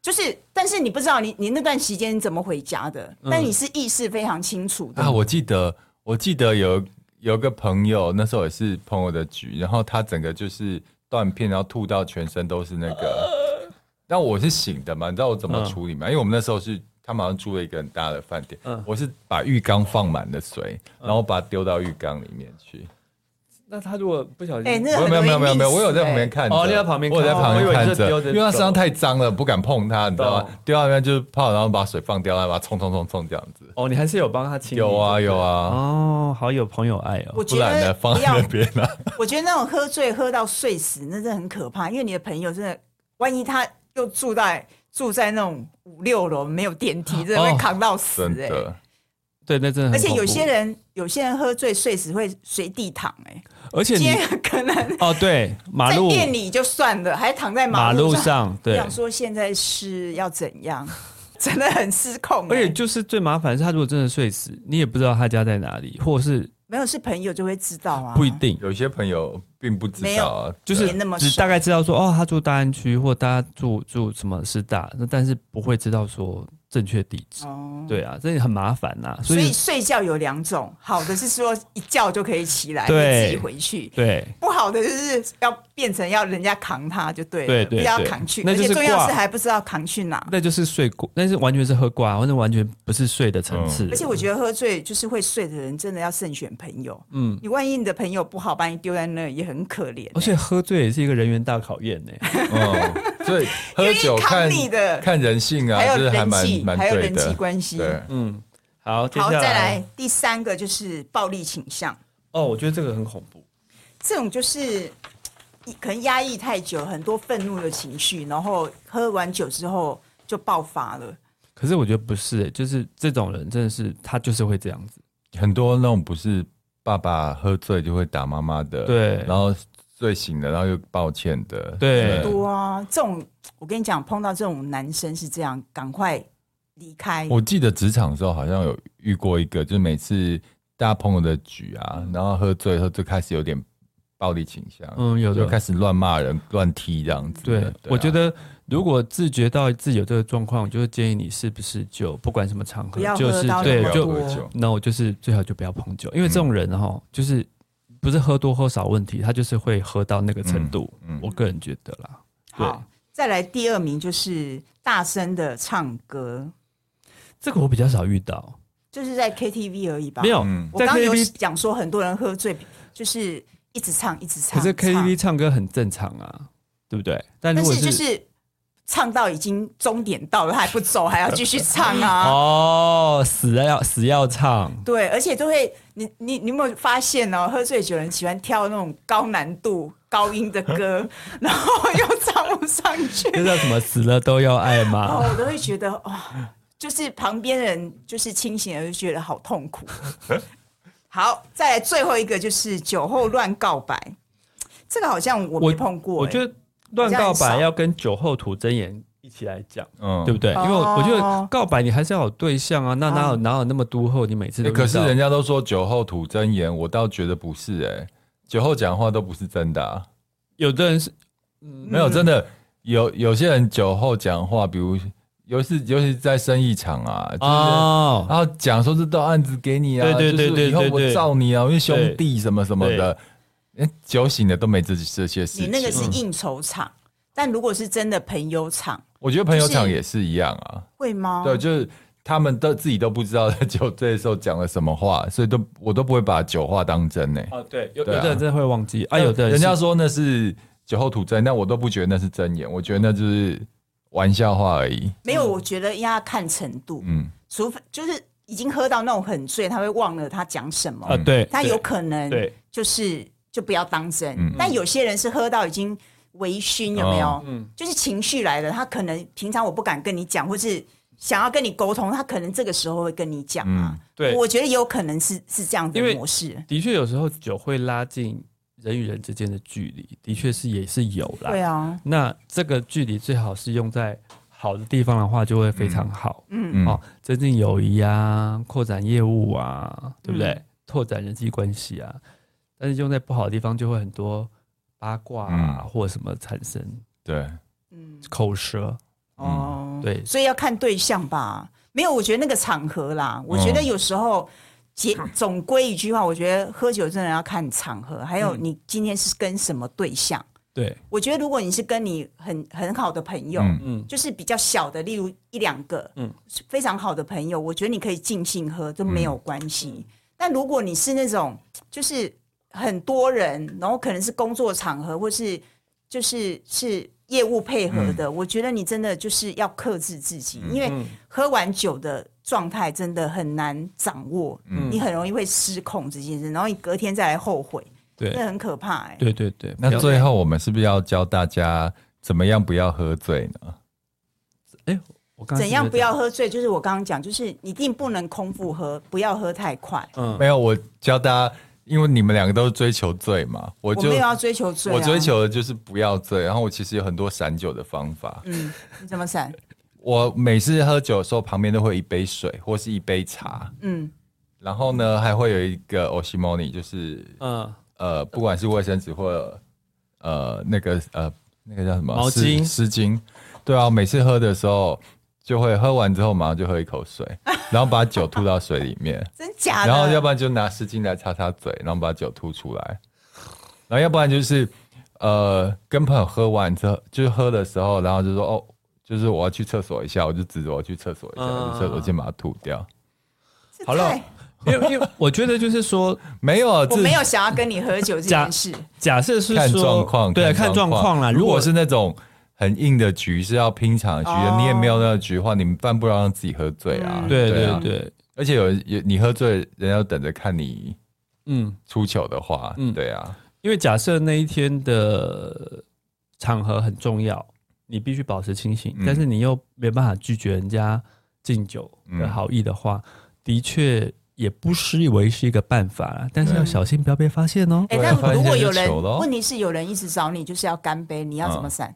Speaker 2: 就是，但是你不知道你你那段时间你怎么回家的，但你是意识非常清楚的。
Speaker 1: 嗯
Speaker 4: 嗯
Speaker 1: 啊，我记得，我记得有有个朋友，那时候也是朋友的局，然后他整个就是断片，然后吐到全身都是那个。
Speaker 4: 呃
Speaker 1: 但我是醒的嘛，你知道我怎
Speaker 4: 嗯
Speaker 1: 么处理吗？因为我们那时候是他马上住了一个很大的饭店，
Speaker 4: 嗯
Speaker 1: 我是把浴缸放满了水，然后把它丢到浴缸里面去。
Speaker 4: 那他如果不小心
Speaker 2: 哎那个
Speaker 1: 没有
Speaker 2: 很
Speaker 1: 没有
Speaker 2: 容
Speaker 1: 没
Speaker 2: 易
Speaker 1: 有没有，
Speaker 2: 溺死
Speaker 1: 我有在旁
Speaker 2: 欸
Speaker 1: 边看着。
Speaker 4: 哦你在旁边看
Speaker 1: 我有在旁
Speaker 4: 哦我以
Speaker 1: 边
Speaker 4: 为你
Speaker 1: 看
Speaker 4: 是
Speaker 1: 着
Speaker 4: 丢，着
Speaker 1: 因为他
Speaker 4: 走
Speaker 1: 身上太脏了，不敢碰它，你知道吗
Speaker 4: 懂？
Speaker 1: 丢到那边就是泡，然后把水放掉，然后把它冲冲冲冲这样子。
Speaker 4: 哦，你还是有帮他清理。
Speaker 1: 有啊
Speaker 4: 对不对
Speaker 1: 有啊
Speaker 4: 哦，好有朋友爱
Speaker 2: 我
Speaker 4: 哦。
Speaker 1: 不
Speaker 2: 觉
Speaker 1: 然
Speaker 2: 得
Speaker 1: 呢，放
Speaker 2: 不
Speaker 1: 在
Speaker 2: 要
Speaker 1: 那边啊。
Speaker 2: 我觉得那种喝醉喝到睡死，那真的很可怕。因为你的朋友真的，万一他又住在住在那种五六楼没有电梯，真的会扛到死
Speaker 1: 哦真
Speaker 2: 哎、
Speaker 1: 的，
Speaker 4: 对，那真的很。
Speaker 2: 而且有些，人，有些人喝醉睡死会随地躺、哎，
Speaker 4: 而且
Speaker 2: 今
Speaker 4: 你
Speaker 2: 天 可能
Speaker 4: 哦，对，马
Speaker 2: 在
Speaker 4: 路
Speaker 2: 店里就算了，还躺在
Speaker 4: 马
Speaker 2: 路
Speaker 4: 路上，对，
Speaker 2: 想说现在是要怎样？真的很失控、
Speaker 4: 而且
Speaker 2: 欸。
Speaker 4: 就是最麻烦的是，他如果真的睡死，你也不知道他家在哪里，或者是
Speaker 2: 没有是朋友就会知道啊，
Speaker 4: 不一定，
Speaker 1: 有些朋友并不知道啊，
Speaker 4: 就是
Speaker 2: 没那么
Speaker 4: 只
Speaker 2: 熟
Speaker 4: 大概知道说哦，他住大安区，或大家住住什么师大，那但是不会知道说正确地址。
Speaker 2: 哦。
Speaker 4: 对啊，这也很麻烦呐、所
Speaker 2: 所
Speaker 4: 以
Speaker 2: 以睡觉有两种，好的是说一觉就可以起来，
Speaker 4: 对
Speaker 2: 自己回去；
Speaker 4: 对
Speaker 2: 不好的就是要变成要人家扛他就对了，
Speaker 4: 对对
Speaker 2: 不要
Speaker 4: 对
Speaker 2: 扛去，
Speaker 4: 那
Speaker 2: 而
Speaker 4: 就是
Speaker 2: 且重要
Speaker 4: 挂
Speaker 2: 是还不知道扛去哪。
Speaker 4: 那就是睡过，那是完全是喝挂，或者完全不是睡的层次。
Speaker 2: 而且我觉得喝醉就是会睡的人，真的要慎选朋友。
Speaker 4: 嗯
Speaker 2: 嗯，你万一你的朋友不好，把你丢在那也很可怜欸、
Speaker 4: 而
Speaker 1: 哦
Speaker 4: 且喝醉也是一个人员大考验呢、
Speaker 1: 嗯，所以喝酒
Speaker 2: 愿意扛
Speaker 1: 看
Speaker 2: 你的
Speaker 1: 看人性啊，
Speaker 2: 还有
Speaker 1: 这还
Speaker 2: 人
Speaker 1: 蛮
Speaker 2: 际，
Speaker 1: 蛮
Speaker 2: 还有
Speaker 1: 对
Speaker 2: 人际
Speaker 1: 的，
Speaker 2: 关系。
Speaker 1: 对，
Speaker 4: 嗯，好，接
Speaker 2: 好，
Speaker 4: 下
Speaker 2: 再来第三个就是暴力倾向，
Speaker 4: 哦，我觉得这个很恐怖。
Speaker 2: 这种就是一可能压抑太久，很多愤怒的情绪，然后喝完酒之后就爆发了。
Speaker 4: 可是我觉得不是、欸，就是这种人真的是他就是会这样子。
Speaker 1: 很多那种不是爸爸喝醉就会打妈妈的，
Speaker 4: 对
Speaker 1: 然后醉醒了，然后又抱歉的，
Speaker 4: 对
Speaker 1: 嗯
Speaker 2: 多啊，这种我跟你讲，碰到这种男生是这样，赶快离开。
Speaker 1: 我记得职场的时候好像有遇过一个，就是每次大家朋友的局啊，
Speaker 2: 嗯
Speaker 1: 然后喝醉以后就开始有点暴力倾向，
Speaker 4: 嗯，有
Speaker 1: 就
Speaker 4: 的
Speaker 1: 开始乱骂人、乱踢这样子的。
Speaker 4: 对，
Speaker 1: 啊
Speaker 4: 我觉得如果自觉到自己有这个状况，我就会建议你是不是就不管什么场合
Speaker 2: 不要，
Speaker 4: 就
Speaker 2: 喝
Speaker 4: 是
Speaker 2: 到
Speaker 4: 对
Speaker 2: 那么
Speaker 4: 就
Speaker 1: 不要
Speaker 2: 多
Speaker 1: 喝酒。
Speaker 4: no，就是最好就不要碰酒，因为这种人哈、就是不是喝多喝少问题，他就是会喝到那个程度。
Speaker 1: 嗯嗯
Speaker 4: 我个人觉得啦，
Speaker 2: 好，再来第二名就是大声的唱歌，
Speaker 4: 这个我比较少遇到，
Speaker 2: 就是在 KTV 而已吧。
Speaker 4: 没有、
Speaker 1: 嗯
Speaker 2: 我
Speaker 4: 在
Speaker 2: 刚刚有
Speaker 4: KTV，
Speaker 2: 讲说很多人喝醉，就是一直唱一直唱。
Speaker 4: 可是
Speaker 2: 唱
Speaker 4: KTV 唱歌很正常啊，对不对？但如
Speaker 2: 但
Speaker 4: 果
Speaker 2: 是就是唱到已经终点到了，还不走，还要继续唱啊。
Speaker 4: 哦，死要死要唱，
Speaker 2: 对，而且都会，你你你有没有发现哦？喝醉酒人喜欢跳那种高难度、高音的歌， 然后又唱不上去。
Speaker 4: 这叫什么？死了都要爱
Speaker 2: 哦，
Speaker 4: 吗？
Speaker 2: 我都会觉得哇、就是旁边人就是清醒了，就觉得好痛苦。好，再来最后一个就是酒后乱告白，这个好像我
Speaker 4: 我
Speaker 2: 没碰过、欸
Speaker 4: 我觉
Speaker 2: 得
Speaker 4: 得乱
Speaker 2: 好
Speaker 4: 告
Speaker 2: 像很
Speaker 4: 白
Speaker 2: 少
Speaker 4: 要跟酒后吐真言一起来讲，
Speaker 1: 嗯
Speaker 4: 对不
Speaker 1: 对？
Speaker 4: 对？因为我
Speaker 2: 哦嗯
Speaker 4: 我觉得告白你还是要有对象啊，那哪有哪有那么多后？你每次都
Speaker 1: 欸可是人
Speaker 4: 家
Speaker 1: 家都说酒后吐真言，我倒觉得不是哎、酒后讲话都不是真的、啊，
Speaker 4: 有的人是
Speaker 1: 没
Speaker 4: 嗯
Speaker 1: 有真的有有些人酒后讲话，比如尤其是尤其是在生意场啊，就是。
Speaker 4: 哦，
Speaker 1: 然后讲说这都案子给你啊，
Speaker 4: 对对对
Speaker 1: 就是以后
Speaker 4: 对对对
Speaker 1: 我罩你啊，因为兄弟什么什么的，哎，酒醒了都没这这些事
Speaker 2: 你
Speaker 1: 情。啊
Speaker 2: 那个是应酬场，但如果是真的朋友场，
Speaker 1: 我觉得朋友
Speaker 2: 就
Speaker 1: 场
Speaker 2: 是哦
Speaker 1: 也是一样啊，
Speaker 2: 会吗？
Speaker 1: 对，就是他们都自己都不知道在酒醉的时候讲了什么话，所以都我都不会把酒话当真呢、
Speaker 4: 哦，对，有有
Speaker 1: 对啊
Speaker 4: 的人真的会忘记啊，有的
Speaker 1: 人
Speaker 4: 是
Speaker 1: 家说那是酒后吐真，但我都不觉得那是真言，我觉得那就是玩笑话而已。
Speaker 2: 没有，我觉得要看程度，
Speaker 1: 嗯，
Speaker 2: 除非就是已经喝到那种很醉，他会忘了他讲什么，
Speaker 4: 啊，对，
Speaker 2: 嗯他有
Speaker 4: 对
Speaker 2: 可能
Speaker 4: 对
Speaker 2: 就是就不要当真。
Speaker 1: 嗯
Speaker 2: 但有些人是喝到已经微醺，有没有？
Speaker 1: 哦
Speaker 4: 嗯
Speaker 2: 就是情绪来了，他可能平常我不敢跟你讲，或是想要跟你沟通，他可能这个时候会跟你
Speaker 1: 嗯
Speaker 2: 讲啊。
Speaker 4: 嗯对，
Speaker 2: 我觉得有可能是是这样的
Speaker 4: 因为啊
Speaker 2: 模式。
Speaker 4: 的确有时候酒会拉近人与人之间的距离，的确是也是有啦。
Speaker 2: 对啊，
Speaker 4: 那这个距离最好是用在好的地方的话，就会非常好、
Speaker 1: 嗯
Speaker 4: 哦，增进友谊啊，扩展业务啊，对不对？拓展人际关系啊，但是用在不好的地方，就会很多八卦啊、
Speaker 1: 嗯
Speaker 4: 或什么产生
Speaker 1: 对，
Speaker 2: 嗯，
Speaker 4: 口舌。
Speaker 2: 哦，
Speaker 4: 对
Speaker 2: 所以要看对象吧。没有，我觉得那个场合啦，我
Speaker 4: 哦
Speaker 2: 觉得有时候结总归一句话，我觉得喝酒真的要看场合，还
Speaker 4: 嗯
Speaker 2: 有你今天是跟什么对象。
Speaker 4: 对，
Speaker 2: 我觉得如果你是跟你很很好的朋友，
Speaker 1: 嗯
Speaker 4: 嗯，
Speaker 2: 就是比较小的，例如一两个，
Speaker 4: 嗯
Speaker 2: 嗯，非常好的朋友，我觉得你可以尽兴喝都没有关系。但如果你是那种就是很多人，然后可能是工作场合或是就是是业务配合的，我觉得你真的就是要克制自己，因为喝完酒的状态真的很难掌握，
Speaker 1: 嗯
Speaker 2: 你很容易会失控这件事，然后你隔天再来后悔，那
Speaker 4: 对，
Speaker 2: 很可怕哎、
Speaker 4: 对对对。
Speaker 1: 那最后我们是不是要教大家怎么样不要喝醉呢？
Speaker 4: 哎，我刚刚
Speaker 2: 怎样
Speaker 4: 是
Speaker 2: 不
Speaker 4: 是
Speaker 2: 要喝醉？就是我刚刚讲，就是你一定不能空腹喝，不要喝太快。
Speaker 4: 嗯
Speaker 1: 没有，我教大家，因为你们两个都是追求醉嘛，我
Speaker 2: 我
Speaker 1: 就
Speaker 2: 没有要追求醉、啊，
Speaker 1: 我追求的就是不要醉。然后我其实有很多散酒的方法，
Speaker 2: 嗯，你怎么闪？
Speaker 1: 我每次喝酒的时候，旁边都会有一杯水或是一杯茶，
Speaker 2: 嗯，
Speaker 1: 然后呢还会有一个 oshimoni，就是
Speaker 4: 嗯，
Speaker 1: 呃，不管是卫生纸或呃那个呃那个叫什么
Speaker 4: 毛巾
Speaker 1: 湿湿巾，对啊，每次喝的时候就会喝完之后马上就喝一口水，然后把酒吐到水里面，
Speaker 2: 真假的？
Speaker 1: 然后要不然就拿湿巾来擦擦嘴，然后把酒吐出来，然后要不然就是呃跟朋友喝完之后，就是喝的时候，然后就说哦，就是我要去厕所一下，我就指着我去厕所一下，
Speaker 4: 嗯
Speaker 1: 去厕所先把它吐掉。
Speaker 2: 这
Speaker 4: 好了
Speaker 2: 太
Speaker 4: 因为因为我觉得就是说，
Speaker 1: 没有，啊，
Speaker 2: 我
Speaker 1: 这
Speaker 2: 没有想要跟你喝酒这
Speaker 4: 假
Speaker 2: 件事。
Speaker 4: 假设是
Speaker 1: 看
Speaker 4: 说
Speaker 1: 状况，
Speaker 4: 对啊，看状况啦。
Speaker 1: 如
Speaker 4: 如
Speaker 1: 果
Speaker 4: 果
Speaker 1: 是那种很硬的局，是要拼场的局，
Speaker 2: 哦
Speaker 1: 你也没有那个局的话，你们犯不了让自己喝醉啊。
Speaker 2: 嗯
Speaker 4: 对对
Speaker 1: 啊
Speaker 4: 对，对
Speaker 1: 而且有有你喝醉，人要等着看你
Speaker 4: 嗯，
Speaker 1: 出糗的话，
Speaker 4: 嗯
Speaker 1: 对啊，
Speaker 4: 因为假设那一天的场合很重要，你必须保持清醒，
Speaker 1: 嗯
Speaker 4: 但是你又没办法拒绝人家敬酒的好意的话，
Speaker 1: 嗯
Speaker 4: 的确也不失为是一个办法啦。但是要小心，不要被发现哦。
Speaker 2: 哎、
Speaker 1: 对啊
Speaker 2: 但如果有
Speaker 1: 发现就
Speaker 2: 人
Speaker 1: 糗了哦，
Speaker 2: 问题是有人一直找你，就是要干杯，你要
Speaker 1: 嗯
Speaker 2: 怎么散？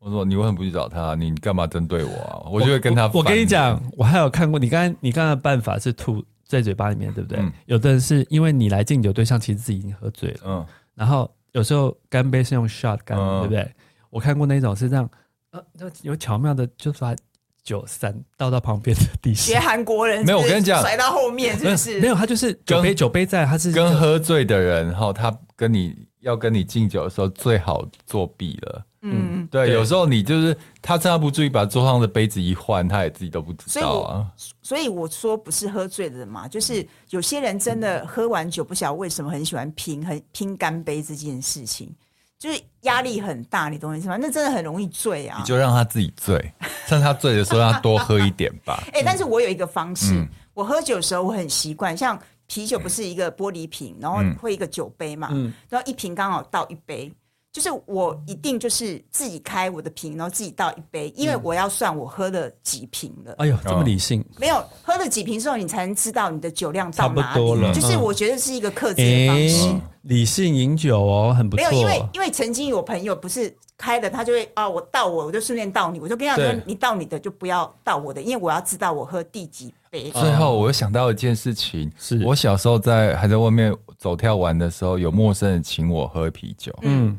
Speaker 1: 我说你为什么不去找他？你干嘛针对我啊？我就会跟他
Speaker 4: 我。我跟你
Speaker 1: 翻脸
Speaker 4: 讲，我还有看过你刚才你刚才的办法是吐在嘴巴里面，对不对？
Speaker 1: 嗯
Speaker 4: 有的人是因为你来敬酒对象其实自己已经喝醉了，
Speaker 1: 嗯，
Speaker 4: 然后有时候干杯是用 shot 干，
Speaker 1: 嗯
Speaker 4: 对不对？我看过那种是这样，呃，就有巧妙的就把酒散倒到旁边的地
Speaker 2: 学
Speaker 4: 上，
Speaker 2: 韩国人
Speaker 1: 没有
Speaker 2: 是不是
Speaker 1: 我跟你讲
Speaker 2: 甩到后面是不啊是？
Speaker 4: 没有，他就是酒杯酒杯在，他是
Speaker 1: 跟喝醉的人，然后他跟你要跟你敬酒的时候，最好作弊了。
Speaker 2: 嗯，
Speaker 1: 对，
Speaker 4: 对
Speaker 1: 有时候你就是他趁他不注意把桌上的杯子一换，他也自己都不知
Speaker 2: 所以
Speaker 1: 道
Speaker 2: 我
Speaker 1: 啊。
Speaker 2: 所以我说不是喝醉的人嘛，就是有些人真的喝完酒不晓得为什么很喜欢拼很拼干杯这件事情，就是压力很大，你懂我意思吗？那真的很容易醉啊
Speaker 1: 你。就让他自己醉，趁他醉的时候让他多喝一点吧。
Speaker 2: 哎、但是我有一个方式，
Speaker 1: 嗯
Speaker 2: 我喝酒的时候我很习惯，像啤酒不是一个玻璃瓶，然后
Speaker 1: 嗯
Speaker 2: 会一个酒杯嘛，
Speaker 4: 嗯
Speaker 2: 然后一瓶刚好倒一杯，就是我一定就是自己开我的瓶，然后自己倒一杯，因
Speaker 4: 嗯
Speaker 2: 为我要算我喝了几瓶了。
Speaker 4: 哎呦这么理性，
Speaker 2: 没有喝了几瓶之后，你才能知道你的酒量到哪
Speaker 4: 差不多
Speaker 2: 里。
Speaker 4: 了
Speaker 2: 就是
Speaker 4: 嗯
Speaker 2: 我觉得是一个克制的方
Speaker 4: 哎
Speaker 2: 式。
Speaker 4: 理性饮酒哦，很不
Speaker 2: 没有，因为
Speaker 4: 错。
Speaker 2: 因为曾经有朋友不是开了，他就会啊，我倒我，我就顺便倒你，我就跟他说
Speaker 4: 对，
Speaker 2: 你倒你的就不要倒我的，因为我要知道我喝第几杯。
Speaker 4: 啊
Speaker 1: 最后，我又想到一件事情，
Speaker 4: 是
Speaker 1: 我小时候在还在外面走跳玩的时候，有陌生人请我喝啤酒，
Speaker 4: 嗯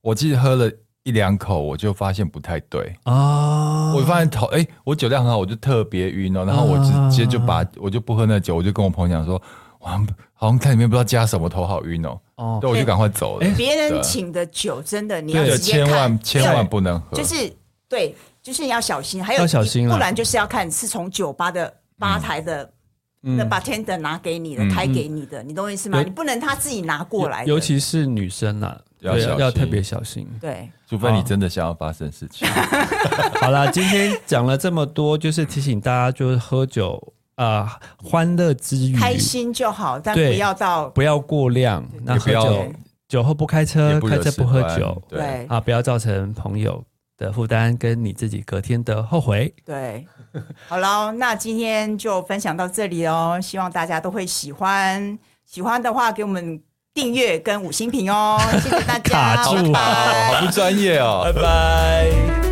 Speaker 1: 我记得喝了一两口，我就发现不太对，
Speaker 4: 啊，
Speaker 1: 我发现头哎、我酒量很好，我就特别晕哦，然后我直接就把、我就不喝那酒，我就跟我朋友讲说，哇，好像在里面不知道加什么，头好晕哦，
Speaker 4: 哦
Speaker 1: 对，我就赶快走了。
Speaker 2: 别人
Speaker 1: 对啊
Speaker 2: 请的酒，真的你要
Speaker 1: 对，
Speaker 2: 直接
Speaker 1: 千
Speaker 2: 看
Speaker 1: 万，千万不能喝，
Speaker 2: 就是对，就是你要小心，还有
Speaker 4: 要小心啦
Speaker 2: 不然就是要看是从酒吧的吧台的
Speaker 4: 嗯
Speaker 2: 那 bartender 拿给你的，
Speaker 1: 嗯
Speaker 2: 开给你的，你懂我意思吗？
Speaker 4: 对
Speaker 2: 你不能他自己拿过来的，
Speaker 4: 尤尤其是女生啦，
Speaker 1: 要
Speaker 4: 对
Speaker 1: 小心
Speaker 4: 要特别小心。
Speaker 2: 对。
Speaker 1: 除非你真的想要发生事情。
Speaker 4: 好啦，今天讲了这么多，就是提醒大家，就是喝酒啊、欢乐之余，
Speaker 2: 开心就好，但不
Speaker 4: 对
Speaker 2: 要到
Speaker 4: 不要过量，那
Speaker 1: 也不
Speaker 4: 喝
Speaker 1: 要
Speaker 4: 酒酒后不开车
Speaker 1: 也，不
Speaker 4: 开
Speaker 1: 惹
Speaker 4: 车
Speaker 1: 事
Speaker 4: 不喝
Speaker 1: 端
Speaker 4: 酒
Speaker 1: 对，
Speaker 2: 对
Speaker 4: 啊，不要造成朋友的负担跟你自己隔天的后悔。
Speaker 2: 对。好喽，那今天就分享到这里哦，希望大家都会喜欢。喜欢的话，给我们订阅跟五星评哦，谢谢大家，
Speaker 4: 卡住
Speaker 2: 拜
Speaker 1: 好
Speaker 2: 拜。
Speaker 1: 好不专业哦。
Speaker 4: 拜。